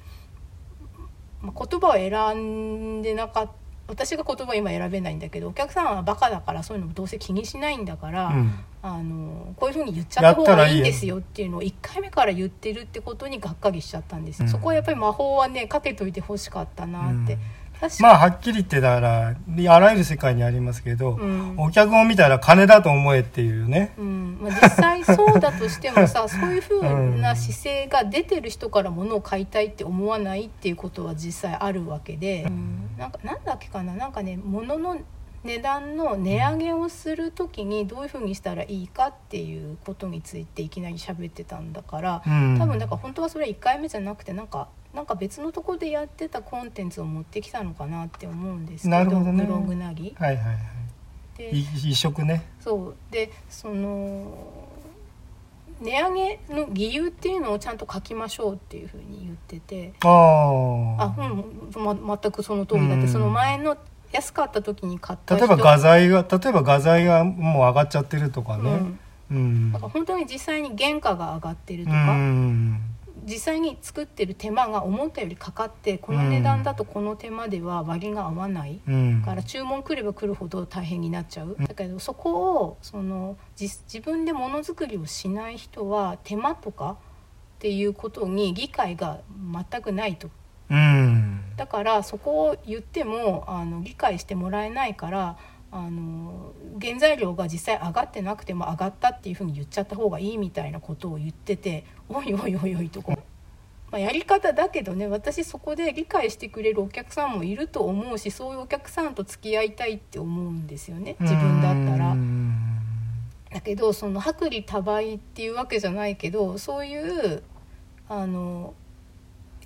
B: まあ言葉を選んでなかった。私が言葉今選べないんだけどお客さんはバカだからそういうのどうせ気にしないんだから、
A: うん
B: あのこういうふうに言っちゃった方
A: やった
B: が
A: らいい
B: いいん
A: よ
B: ですよっていうのを1回目から言ってるってことにがっかりしちゃったんですよ、
A: うん
B: そこはやっぱり魔法はねかけといてほしかったなって、
A: うん
B: 確か
A: まあはっきり言ってだからあらゆる世界にありますけど、
B: うん
A: お客を見たら金だと思えっていうね
B: うんまあ、実際そうだとして もさそういうふうな姿勢が出てる人から物を買いたいって思わないっていうことは実際あるわけで、うんなんかなんだっけかななんかね物の値段の値上げをする時にどういうふうにしたらいいかっていうことについていきなり喋ってたんだから
A: う、ん
B: 多分だから本当はそれ1回目じゃなくてなんかなんか別のとこでやってたコンテンツを持ってきたのかなって思うんですけ
A: な
B: ど
A: るほどね
B: ブログなり。
A: はいはいは
B: で
A: いい移植ね
B: そうでその値上げの理由っていうのをちゃんと書きましょうっていうふうに言ってて
A: ああ
B: あ、うんま、全くその通りだって、
A: うん
B: その前の安かった時に買った
A: 例
B: 人
A: えば画材が例えば画材がもう上がっちゃってるとか
B: う
A: ね
B: ん、
A: うん
B: なんか本当に実際に原価が上がってると
A: う
B: か、
A: ん
B: 実際に作ってる手間が思ったよりかかってこの値段だとこの手間では割が合わない、
A: うん
B: から注文来れば来るほど大変になっちゃうだけどそこをその自自分でものづくりをしない人は手間とかっていうことに理解が全くないと
A: うん
B: だからそこを言ってもあの理解してもらえないからあの原材料が実際上がってなくても上がったっていうふうに言っちゃった方がいいみたいなことを言ってておいおいおいおいとこう。まあ、やり方だけどね私そこで理解してくれるお客さんもいると思うしそういうお客さんと付き合いたいって思うんですよね自分だったら
A: う。ん
B: だけどその薄利多売っていうわけじゃないけどそういうあの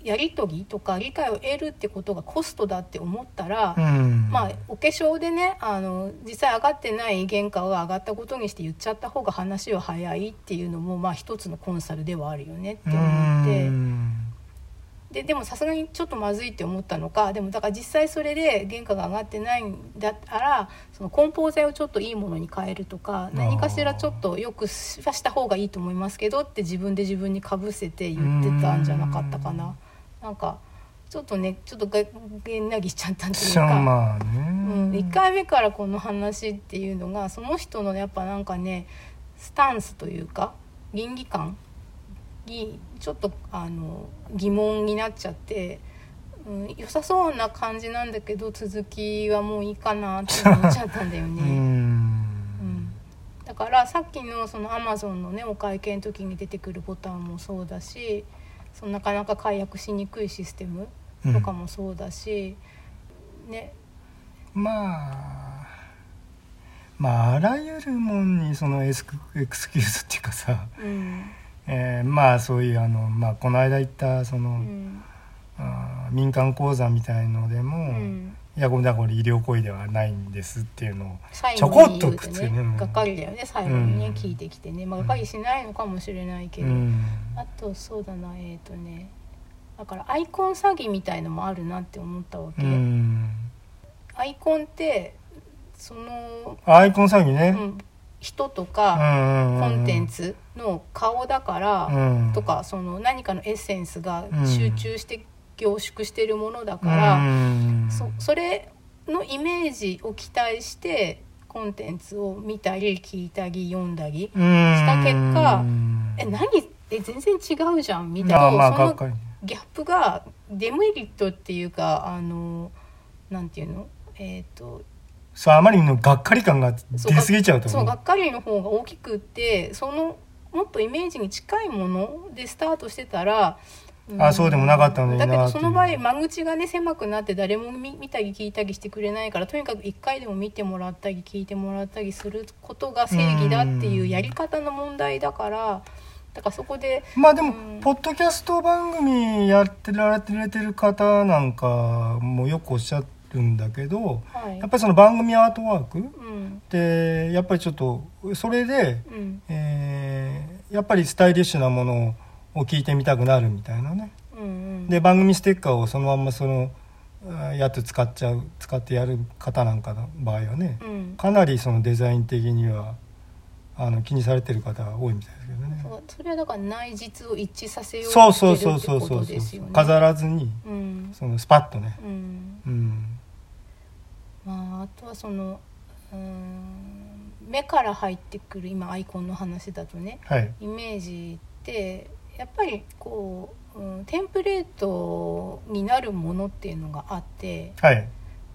B: やり取りとか理解を得るってことがコストだって思ったら、
A: うん
B: まあお化粧でねあの実際上がってない原価が上がったことにして言っちゃった方が話は早いっていうのもまあ一つのコンサルではあるよねって思って。
A: うん
B: ででもさすがにちょっとまずいって思ったのかでもだから実際それで原価が上がってないんだったらその梱包材をちょっといいものに変えるとか
A: ー
B: 何かしらちょっとよくはした方がいいと思いますけどって自分で自分にかぶせて言ってたんじゃなかったかな。なんかちょっとねちょっとがげんなぎしちゃったという
A: じゃ
B: か。
A: あまあ
B: うん、
A: ね
B: 1回目からこの話っていうのがその人のやっぱなんかねスタンスというか倫理観にちょっとあの疑問になっちゃって、うん、良さそうな感じなんだけど続きはもういいかなって思っちゃったんだよ
A: う
B: ね。 うんんだからさっきのそのアマゾンのねお会計の時に出てくるボタンもそうだしそのなかなか解約しにくいシステムとかもそうだし、ね
A: まあまああらゆるもんにそのエスクエクスキューズっていうかさ、
B: うん、
A: えーまあそういうあの、まあ、この間言ったその、
B: うん
A: あー民間講座みたいのでも、
B: うん
A: いやごめんなさいこれ医療行為ではないんですっていうの
B: 最
A: ちょ
B: 後
A: こ
B: に
A: っ
B: 言
A: と
B: う
A: くっつ
B: て
A: けね
B: ね
A: うん
B: がっかりだよね最後にね、
A: うん
B: 聞いてきてね、まあ、がっかりしないのかもしれない
A: を、
B: け
A: う
B: ど、
A: ん
B: あとそうだなえっ、とねあだからアイコン詐欺みたいのもあるなって思ったわけ、
A: うん
B: アイコンってその、
A: アイコン詐欺
B: う
A: ね、
B: ん、人と
A: うん
B: か
A: うんうん、
B: コンテンツの顔だから、
A: うん
B: とかその何かのエッセンスが
A: うん
B: 集中して凝縮してるものだから、
A: うん
B: そそれのイメージを期待してコンテンツを見たり聞いたり読んだりした結果
A: うん
B: 「え何え全然違うじゃん」みたい
A: まあま
B: な
A: あがっ
B: そ
A: か
B: の
A: り
B: ギャップがデメリットっていうかあのなんていうのえっ、と
A: そうあまりにもがっかり感が出過ぎちゃうと
B: そ
A: 思
B: う
A: う
B: がっかりの方が大きくってそのもっとイメージに近いものでスタートしてたら、ん
A: あそうでもなかったのにな
B: だけど
A: ってい
B: そうの場合間口がね狭くなって誰も見見たり聞いたりしてくれないからとにかく一回でも見てもらったり聞いてもらったりすることが正義だっていうやり方の問題だからだからそこで
A: まあでも、
B: うん
A: ポッドキャスト番組やってられてる方なんかもよくおっしゃるんだけど
B: はい
A: やっぱりその番組アートワークっ
B: うん
A: てやっぱりちょっとそれで、
B: うん
A: えーやっぱりスタイリッシュなものを聞いてみたくなるみたいなね。
B: うんうん
A: で番組ステッカーをそのまんまそのあやつ使っちゃう使ってやる方なんかの場合はね
B: うん
A: かなりそのデザイン的にはあの気にされてる方が多いみたいですけどね
B: そうそれはだから内実を一致させようと
A: そうそう
B: してる
A: そう
B: って
A: そう
B: こ
A: そ
B: と
A: う
B: ですよね。
A: 飾らずに
B: うん
A: そのスパッとね
B: うん
A: うん
B: まあ、あとはそのうーん目から入ってくる今アイコンの話だとね
A: はい
B: イメージってやっぱりこう、うん、テンプレートになるものっていうのがあって、
A: はい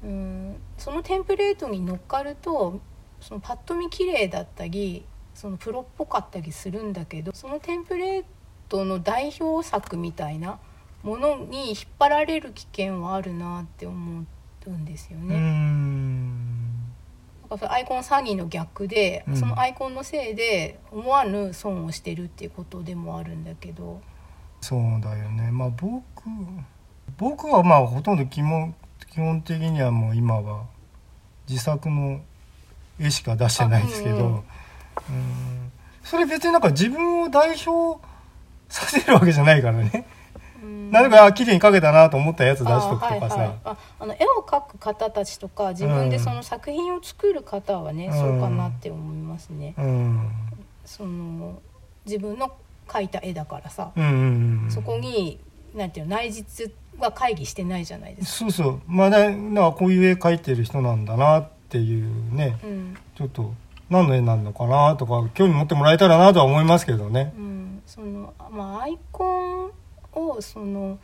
B: うん、そのテンプレートに乗っかるとそのパッと見綺麗だったりそのプロっぽかったりするんだけどそのテンプレートの代表作みたいなものに引っ張られる危険はあるなって思うんですよ
A: う
B: ね。
A: ーん
B: なんかそれアイコン詐欺の逆で、
A: うん
B: そのアイコンのせいで思わぬ損をしてるっていうことでもあるんだけど、
A: そうだよねまあ僕僕はまあほとんど基本基本的にはもう今は自作の絵しか出してないですけど
B: あうんうん
A: うんそれ別になんか自分を代表させるわけじゃないからね、
B: うん
A: なんかあ綺麗に描けたなと思ったやつ出しとくとかさ、
B: あはいはい、ああの絵を描く方たちとか自分でその作品を作る方はね、
A: うん
B: そうかなって思いますね。
A: うん
B: その自分の描いた絵だからさ、
A: うんうんうん
B: そこになんていうの内実は会議してないじゃないです
A: そ
B: か。
A: うそうまあだなんかこういう絵描いてる人なんだなっていうね
B: うん
A: ちょっと何の絵なんのかなとか興味持ってもらえたらなとは思いますけどね
B: うん、そのまあアイコンをその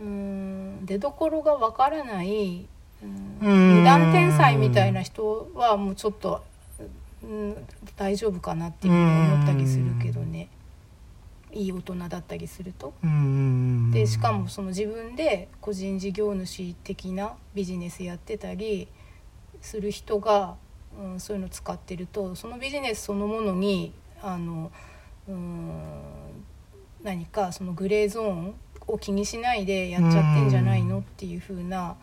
B: うん出どころがわからない、うん
A: うーん
B: 二段天才みたいな人はもうちょっと、うん、大丈夫かなっていうふうに思ったりするけどねいい大人だったりすると。
A: うんうんうん
B: でしかもその自分で個人事業主的なビジネスやってたりする人が、うん、そういうの使ってるとそのビジネスそのものにあの、うん、何かそのグレーゾーンを気にしないでやっちゃってんじゃないのっていう風な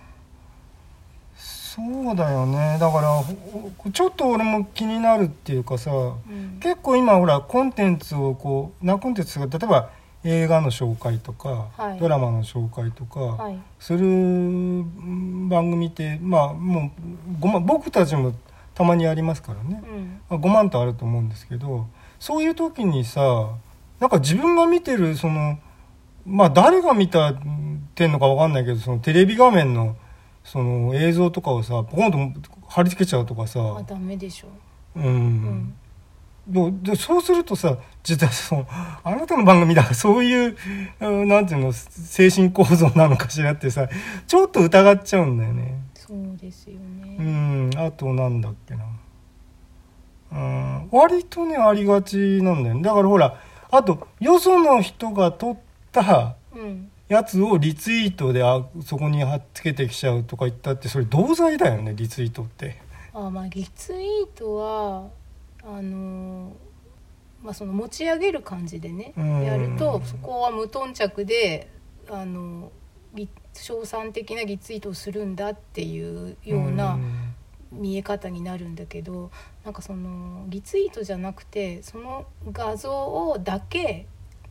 A: そうだよねだからほほちょっと俺も気になるっていうかさ
B: うん
A: 結構今ほらコンテンツをこうなコンテンツが例えば映画の紹介とか、
B: はい
A: ドラマの紹介とか、
B: はい
A: するうん番組ってまあもうごま僕たちもたまにやりますからね
B: う、ん
A: まあ5万とあると思うんですけどそういう時にさなんか自分が見てるそのまあ誰が見たってんのかわかんないけどそのテレビ画面のその映像とかをさポコンと貼り付けちゃうとか
B: あ
A: さ、
B: ダメでしょ
A: うん
B: うん
A: どうでそうするとさ実はそのあなたの番組だからそういう、うんなんていうの精神構造なのかしらってさちょっと疑っちゃうんだよね。
B: そうですよね、
A: うんあとなんだっけなうん割とねありがちなんだよねだからほらあとよその人が撮った
B: うん
A: やつをリツイートであそこに貼っつけてきちゃうとか言ったってそれ同罪だよねリツイートって
B: あまあリツイートはあのーまあ、その持ち上げる感じでね
A: うん
B: やるとそこは無頓着であのリ称賛的なリツイートをするんだっていうような見え方になるんだけどなんかそのリツイートじゃなくてその画像をだけ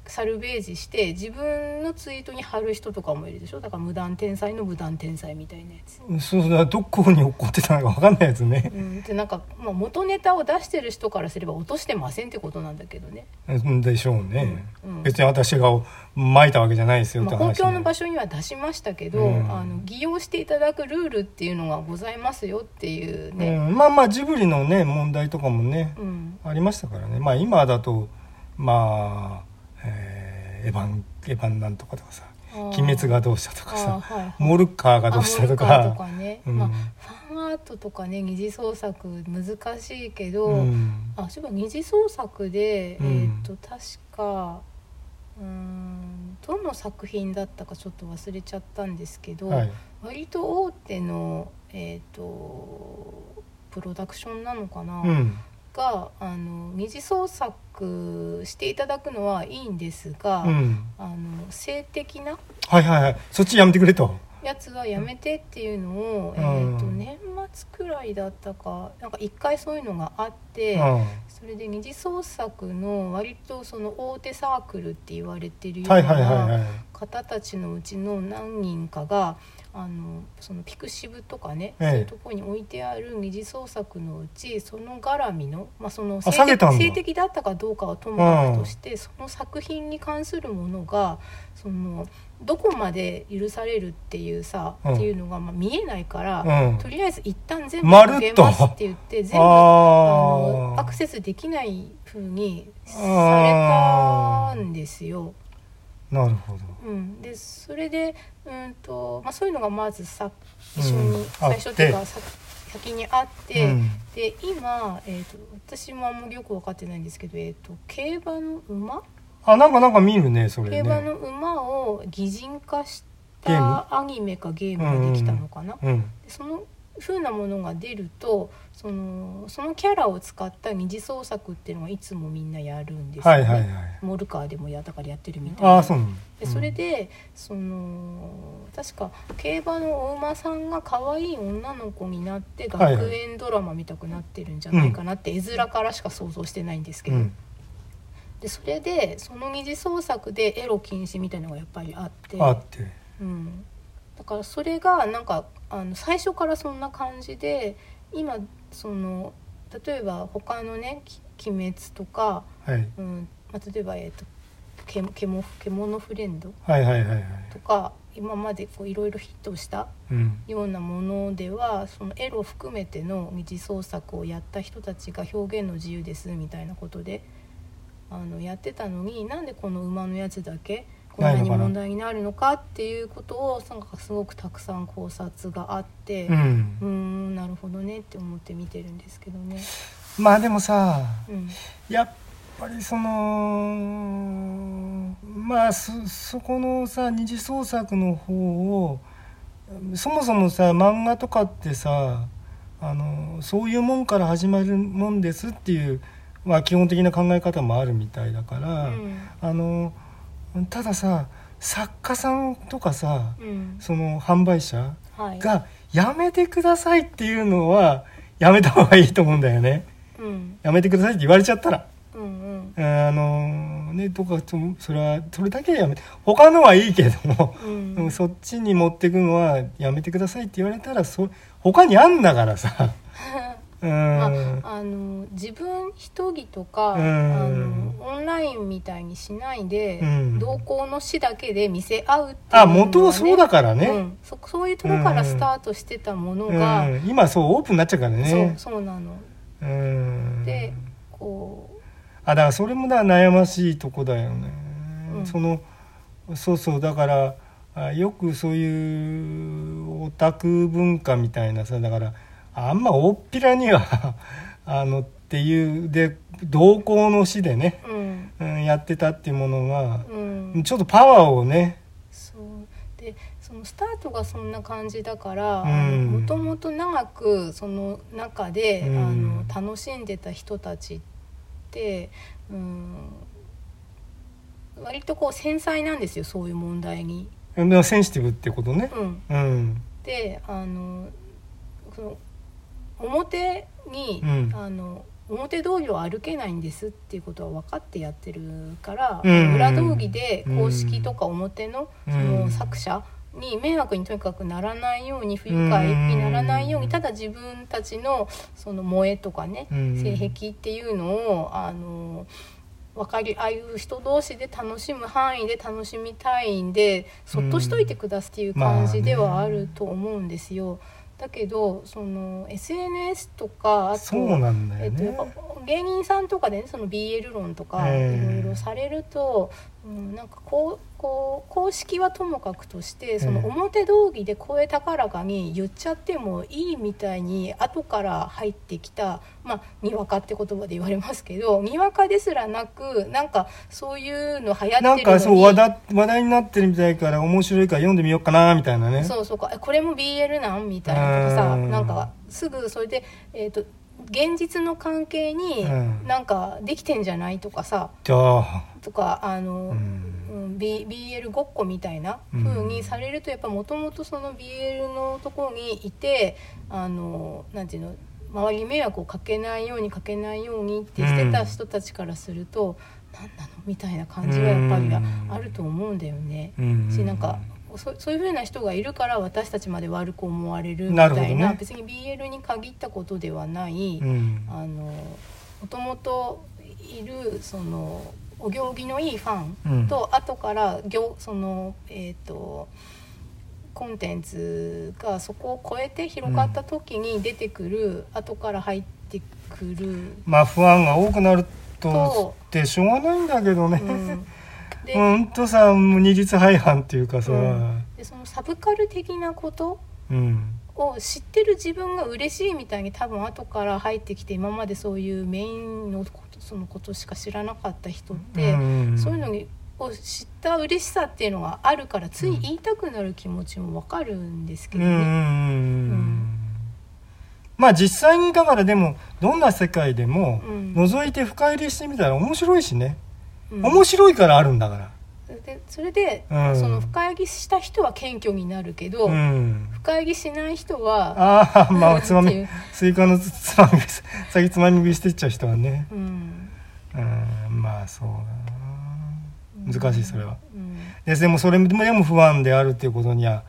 B: サルベージして自分のツイートに貼る人とかもいるでしょだから無断転載の無断転載みたいなやつ。
A: そうだからどこに怒ってたのか分かんないやつね
B: うん、でなんか、まあ、元ネタを出してる人からすれば落としてませんってことなんだけどね、
A: うんでしょうね、
B: うんうん
A: 別に私が撒いたわけじゃないですよって
B: まあ、
A: 話、
B: 公共の場所には出しましたけど、
A: うん
B: あの利用していただくルールっていうのがございますよっていうね、
A: うん、まあまあジブリのね問題とかもね
B: うん
A: ありましたからねまあ今だとまあ、えーエヴァン「エヴァンなんとか」とかさ
B: あー
A: 「鬼滅がどうした」とか
B: あ
A: さ
B: ーはいはい
A: 「モルッカーがどうした」と
B: あモルカーと
A: か
B: かね、
A: うん
B: まあ、ファンアートとかね二次創作難しいけど、
A: うん
B: あそういえば二次創作で、
A: うん
B: えーっと確かうーんどの作品だったかちょっと忘れちゃったんですけど、
A: はい
B: 割と大手の、えー、とプロダクションなのかな、
A: うん
B: があの二次創作していただくのはいいんですが、
A: うん
B: あの性的な
A: はいはいはいそっちやめてくれと
B: やつはやめてっていうのを、
A: うん
B: えー、と年末くらいだったかなんか一回そういうのがあって。
A: う
B: それで二次創作の割とその大手サークルって言われてる
A: ん
B: よう
A: はいはいはい
B: な
A: はい
B: 方たちのうちの何人かがあのそのピクシブとかね、
A: ええ
B: そういうところに置いてある二次創作のうちその絡みの,、まあ、その
A: あ下げたんだ
B: 性的だったかどうかはともかくとして、その作品に関するものがそのどこまで許されるっていうさ、
A: うん
B: っていうのがまあ見えないから、
A: うん
B: とりあえず一旦全部
A: まるっと
B: 上げますって言って全部あのア
A: あ
B: クセスできない風に
A: あ
B: さ
A: ー
B: れたんですよ。
A: あなるほど
B: うん、でそれでうんと、まあ、そういうのがまずさ
A: うん
B: 一緒に最初っていう
A: あ
B: か
A: っ
B: さ先にあって、
A: うん
B: で今、えー、と私もあんまりよく分かってないんですけど、えー、と競馬の馬
A: あなんかなんか見るねそれ
B: 競
A: ね
B: 馬の馬を擬人化し
A: ゲ
B: たアニメかゲームができたのかな。
A: うん
B: でその風なものが出るとそのそのキャラを使った二次創作っていうのがいつもみんなやるんですよ、
A: は
B: ね
A: いはいはい
B: モルカーでもやったからやってるみたいな
A: ああそうなんだ
B: でそれでその確か競馬のお馬さんが可愛い女の子になって
A: はいはい
B: 学園ドラマ見たくなってるんじゃないかなって絵面からしか想像してないんですけ
A: う
B: ど、
A: ん
B: でそれでその二次創作でエロ禁止みたいなのがやっぱりあって
A: あって
B: うん、だからそれがなんかあの最初からそんな感じで今その例えば他のね「き鬼滅」とか、
A: はい
B: うんまあ、例えば、えーとけけも「獣フレンド
A: はいはいはいはい」
B: とか今までこういろいろヒットした
A: うん
B: ようなものではそのエロ含めての二次創作をやった人たちが表現の自由ですみたいなことであのやってたのになんでこの馬のやつだけこんな
A: ないの
B: に
A: かな
B: 問題になるのかっていうことをなんかすごくたくさん考察があって
A: う
B: うんーんなるほどねって思って見てるんですけどね。
A: まあでもさ
B: うん
A: やっぱりそのまあそそこのさ二次創作の方をそもそもさ漫画とかってさあのそういうもんから始まるもんですっていう、まあ、基本的な考え方もあるみたいだから、
B: うん
A: あのたださ作家さんとかさ
B: うん
A: その販売者
B: はい
A: がやめてくださいっていうのはやめた方がいいと思うんだよね。
B: うん
A: やめてくださいって言われちゃったら。
B: うんうん
A: あのねとかとそれはそれだけはやめて他のはいいけども、
B: うん
A: うんそっちに持ってくのはやめてくださいって言われたらそ他にあんだから さうん、
B: まあ、あの自分一人とか、
A: うん
B: あのオンラインみたいにしないで、
A: うん
B: 同行の死だけで見せ合うっていうのは
A: あ元はそうだからね、
B: うん、そそういうとこからスタートしてたものが、
A: うん今そうオープンになっちゃうからね
B: そうそうなの
A: うん
B: でこ
A: あだからそれもだ悩ましいとこだよね、
B: うん
A: そのそうそうだからあよくそういうオタク文化みたいなさだからあんま大っぴらには あのっていうで同行の死でね、
B: ううん
A: うん、やってたっていうものが
B: う、ん
A: ちょっとパワーをね
B: そうでそのスタートがそんな感じだから
A: うん
B: もともと長くその中で、
A: うん
B: あの楽しんでた人たちって、うん、割とこう繊細なんですよそういう問題に。
A: うんセンシティブってことね。
B: うん、
A: うん
B: であのその表に、
A: うん
B: あの表通りは歩けないんですっていうことは分かってやってるから、
A: うん
B: 裏道着で公式とか表のその作者に迷惑にとにかくならないように不愉快にならないよ
A: う
B: うに
A: ん
B: ただ自分たちのその萌えとかね
A: うん
B: 性癖っていうのをあの分かりああいう人同士で楽しむ範囲で楽しみたいんでそっとしといてくださいっていう感じではあると思うんですよ。だけどその SNS とかあと
A: そうなんだ
B: え
A: よ
B: っと、や
A: ね
B: っ。ぱ芸人さんとかで、ね、その BL 論とか
A: え
B: い
A: え
B: ろいろされると、うん、なんかこうこう公式はともかくとしてその
A: ええ
B: 表道着で声高らかに言っちゃってもいいみたいに後から入ってきた、まあ、にわかって言葉で言われますけどにわかですらなくなんかそういうの流行ってるのに
A: なんかそう話題話題になってるみたいから面白いから読んでみようかなみたいなね。
B: そうそうかえこれも BL なんみたいなとかさ
A: うん
B: なんかすぐそれで、えー、と現実の関係に
A: うん
B: なんかできてんじゃないとかさ
A: じゃあ、
B: とかあ
A: う
B: の、うん
A: ん、
B: B、BL ごっこみたいな風にされるとやっぱもともとその BL のところにいてあのなんていうの周りに迷惑をかけないようにかけないようにってしてた人たちからすると、なんなのみたいな感じがやっぱりあると思うんだよね。
A: うん
B: しなんかそそういうふうな人がいるから私たちまで悪く思われるみた
A: ないる
B: な
A: ほどね
B: 別に BL に限ったことではない、
A: うん、
B: あのもともといるそのお行儀のいいファンと、後から行そのえっ、とコンテンツがそこを超えて広がった時に出てくる、後から入ってくる
A: まあ不安が多くなると
B: そ
A: ってしょうがないんだけどね。
B: うんで
A: ほんとさもう二律背反っていうかさ、う
B: うんんでそのサブカル的なこと
A: うん
B: を知ってる自分が嬉しいみたいに多分後から入ってきて今までそういうメインのことそのことしか知らなかった人って、そういうのを知った嬉しさっていうのがあるからつい言いたくなる気持ちもわかるんですけ
A: うん
B: ど
A: うんうん
B: ね。
A: うん
B: うん
A: まあ実際にだからでもどんな世界でも
B: うん
A: 覗いて深入りしてみたら面白いしね、
B: うん
A: 面白いからあるんだか
B: でそれで、
A: うん
B: その深入りした人は謙虚になるけど、
A: ら、うん、
B: 深入りしない人は
A: ああまあつま
B: ってい
A: み
B: う
A: スイカのつつまみ食い先つまみ食いしてっちゃう人はね
B: うん、
A: うんまあそうだな難しいそれは
B: うん、
A: ででもそれでも不安であるっていうことには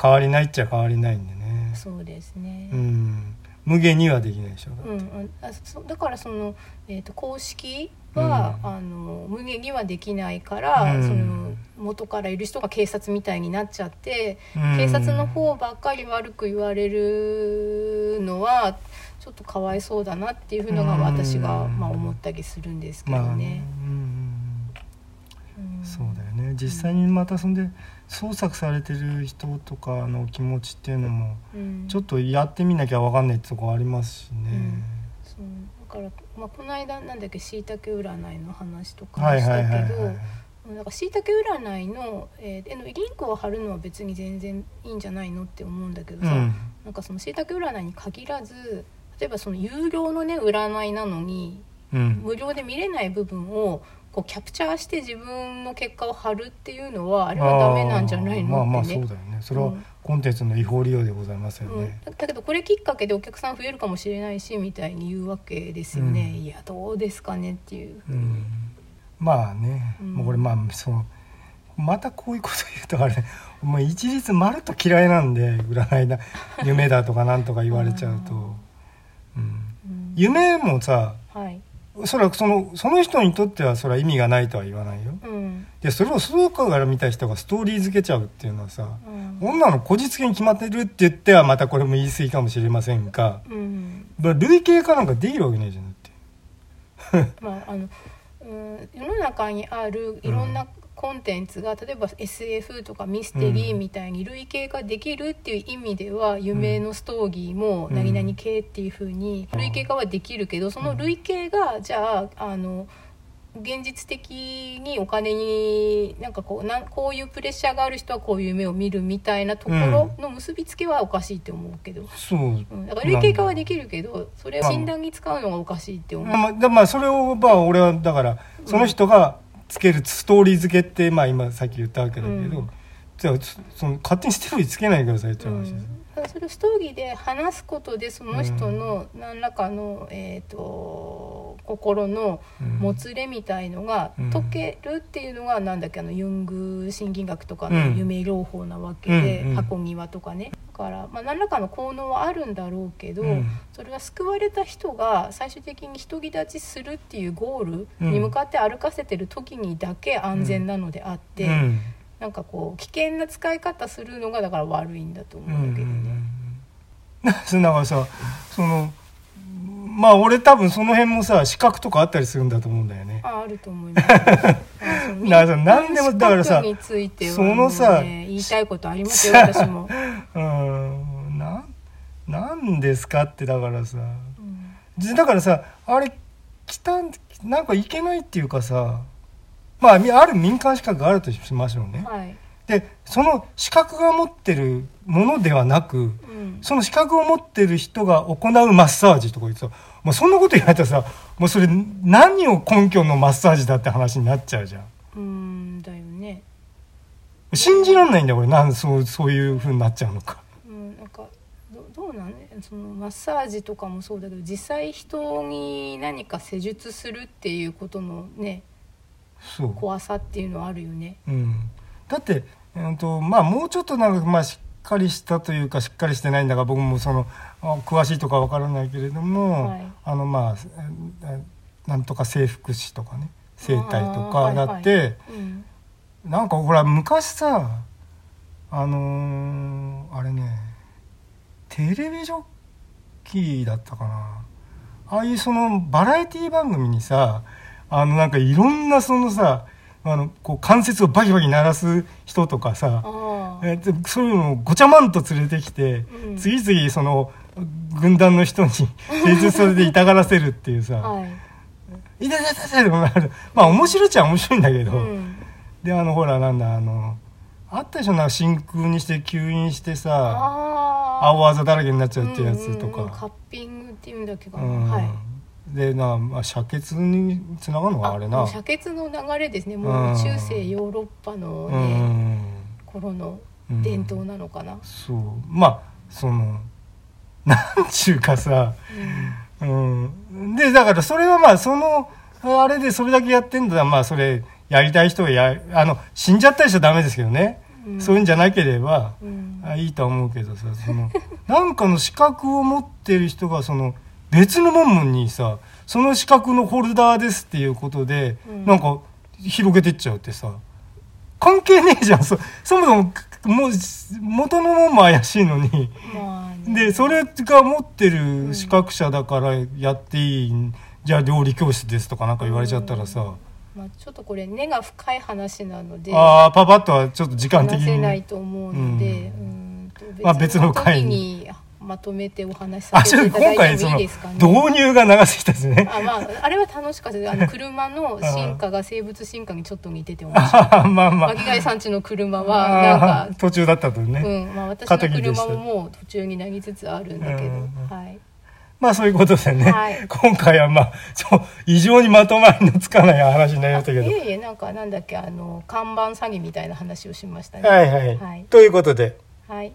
A: 変わりないっちゃ変わりないんでね
B: そうですね。
A: うん無限にはできないでしょ
B: うんうん、あそだからその、えー、と公式は、
A: うん
B: あの無限にはできないから、
A: うん
B: その元からいる人が警察みたいになっちゃって、
A: うん
B: 警察の方ばっかり悪く言われるのはちょっとかわいそうだなっていうのが
A: うん
B: 私が、まあ、思ったりするんですけど
A: まあね
B: ね。
A: うん
B: うん
A: そうだよね実際にまたそんで捜索されてる人とかの気持ちっていうのも
B: うん
A: ちょっとやってみなきゃ分かんないってとこありますしね、
B: そうだから、まあ、この間なんだっけしいたけ占いの話とかも
A: はい
B: し
A: は
B: た
A: い
B: けど。
A: はいはい
B: なんかしいたけ占いの,、えー、えのリンクを貼るのは別に全然いいんじゃないのって思うんだけど
A: う
B: さ、
A: ん
B: なんかそのしいたけ占いに限らず例えばその有料のね占いなのに
A: うん
B: 無料で見れない部分をこうキャプチャーして自分の結果を貼るっていうのはあ
A: あ
B: れはダメなんじゃない
A: ーまあま
B: の
A: あ
B: って
A: そう
B: ね。
A: だよねそれは
B: うん
A: コンテンツの違法利用でございますよ
B: うん
A: ね、
B: だだけどこれきっかけでお客さん増えるかもしれないしみたいに言うわけですよね、
A: うん
B: いやどうですかねっていう、
A: うんまあね、
B: うん
A: もうこれまあそのまたこういうこと言うとあれもう一律まるっと嫌いなんで占いだ夢だとかなんとか言われちゃうと、うん、
B: うん
A: 夢もさ
B: はい、
A: そらそのその人にとってはそれは意味がないとは言わないよ
B: うん
A: でそれを外から見た人がストーリー付けちゃうっていうのはさ
B: うん
A: 女のこじつけに決まってるって言ってはまたこれも言い過ぎかもしれませんが
B: うん、
A: まあ類型化なんかできるわけないじゃんだって
B: まああのうん世の中にあるいろんなコンテンツが、例えば SF とかミステリ
A: う
B: ー
A: ん
B: みたいに類型化できるっていう意味では、夢のストーリーも
A: うん
B: 何々系っていうふうに
A: うん
B: 類型化はできるけどその類型がじゃああの現実的にお金になんかこうなんこういうプレッシャーがある人はこういう夢を見るみたいなところの結びつけはおかしいって思うけど、
A: そう
B: うん、だから類型化はできるけどそれを診断に使うのがおかしいって思う。
A: まあ、でまあそれをまあ俺はだからその人がつけるストーリー付けってまあ今さっき言ったわけだけど、
B: うん
A: じゃあそその勝手にストーリーつけないでくださいっていう話です、
B: うんそれをストーリーで話すことでその人の何らかの、えー、と心のもつれみたいのが
A: うん
B: 解けるっていうのがなんだっけあのユング心理学とかの
A: うん
B: 夢療法なわけで、
A: うんうん
B: 箱庭とかねだから、まあ、何らかの効能はあるんだろうけど、
A: うん
B: それは救われた人が最終的に独り立ちするっていうゴールに向かって歩かせてる時にだけ安全なのであって。
A: うん
B: なんかこう危険な使い方するのがだから悪いんだと
A: うんうん
B: 思うけどね。
A: うん、だからさそのまあ俺多分その辺もさ資格とかあったりするんだと思うんだよね。
B: ああると思います。 あその
A: だから何でもだからさ
B: 民間資格については
A: そのさ
B: もうね言いたいことありますよ 私も。
A: うんなんなんですかってだからさ
B: うん
A: でだからさあれ来たんなんかいけないっていうかさまあみある民間資格があるとしましょうね。
B: はい。
A: でその資格が持ってるものではなく
B: うん。
A: その資格を持ってる人が行うマッサージとか言ってさもうそんなこと言われたらさもうそれ何を根拠のマッサージだって話になっちゃうじゃん
B: うんだよね。
A: 信じらんないんだよ俺なんそうそういうふうになっちゃうのか
B: うんなんかどどうなんねそのマッサージとかもそうだけど実際人に何か施術するっていうことのね
A: そう
B: 怖さっていうのはあるよね。
A: うん、だって、うんとまあ、もうちょっとなんか、まあ、しっかりしたというかしっかりしてないんだが僕もそのあ詳しいとかわからないけれども、
B: はい
A: あのまあええなんとか制服師とかね整体と
B: あ
A: か
B: ー
A: だって、
B: はいはいうん。
A: なんかほら昔さあのーあれねテレビジョッキーだったかなああいうそのバラエティ番組にさあのなんかいろんなそのさあのこう関節をバキバキ鳴らす人とかさ
B: ああ。
A: えでそういうのをごちゃまんと連れてきて、
B: うん
A: 次々その軍団の 人に施術させて痛がらせるっていうさ
B: は
A: 「
B: い。
A: 痛い痛い痛い痛い」とかなるまあ面白いっちゃ面白いんだけど。
B: うん。
A: であのほらなんだあのあったでしょなんか真空にして吸引してさ
B: ああ。
A: 青あざだらけになっちゃうってやつと
B: うんうんうんカ
A: か、
B: ッピングっていうんだっけど、
A: う
B: はい
A: でな、まあ、遮血につながるのがあれな
B: もう遮血の流れですね
A: うん
B: もう中世ヨーロッパの
A: う
B: ね、
A: ん
B: 頃の
A: うん
B: 伝統なのかな、
A: そうまあその なんちゅうかさ、うん、でだからそれはまあそのあれでそれだけやってんだらまあそれやりたい人がやあの死んじゃったりしちゃダメですけどね、
B: うん
A: そういうんじゃなければ、
B: うん
A: あいいとは思うけどさその なんかの資格を持ってる人がその別の門門にさその資格のホルダーですっていうことで、
B: うん
A: なんか広げてっちゃうってさ関係ねえじゃんそそもそももう元の門も怪しいのに
B: まあね、
A: でそれが持ってる資格者だからやっていい、じゃあ料理教室ですとかなんか言われちゃったらさ、
B: まあ、ちょっとこれ根が深い話なので
A: ああパパッとはちょっと時間的
B: 話せ
A: に
B: ないと思うので、
A: う
B: うんと
A: まあ別の回に
B: 別の時にまとめてお話しさ
A: あ
B: せ
A: ちょ
B: て
A: っ
B: い
A: と
B: ただ
A: 今回
B: いて
A: そ
B: もい
A: の
B: いですかね
A: 導入が長すぎたですね
B: あまああれは楽しかったです あの車の進化が生物進化にちょっと似てて面白い
A: あ まあまあ
B: 巻貝さんちの車は
A: あ
B: な
A: ー
B: んか、
A: 途中だったとね、
B: うんまあ、私
A: 過
B: の
A: 渡期でした
B: 車ももう途中になりつつあるんだけ
A: うんうんうん
B: ど、はい、
A: まあそういうことでね、
B: はい
A: 今回はまあそう異常にまとまりのつかない話になりました
B: い
A: けど
B: えいえなんかなんだっけあの看板詐欺みたいな話をしましたね。
A: はいはい、
B: はい
A: ということで
B: はい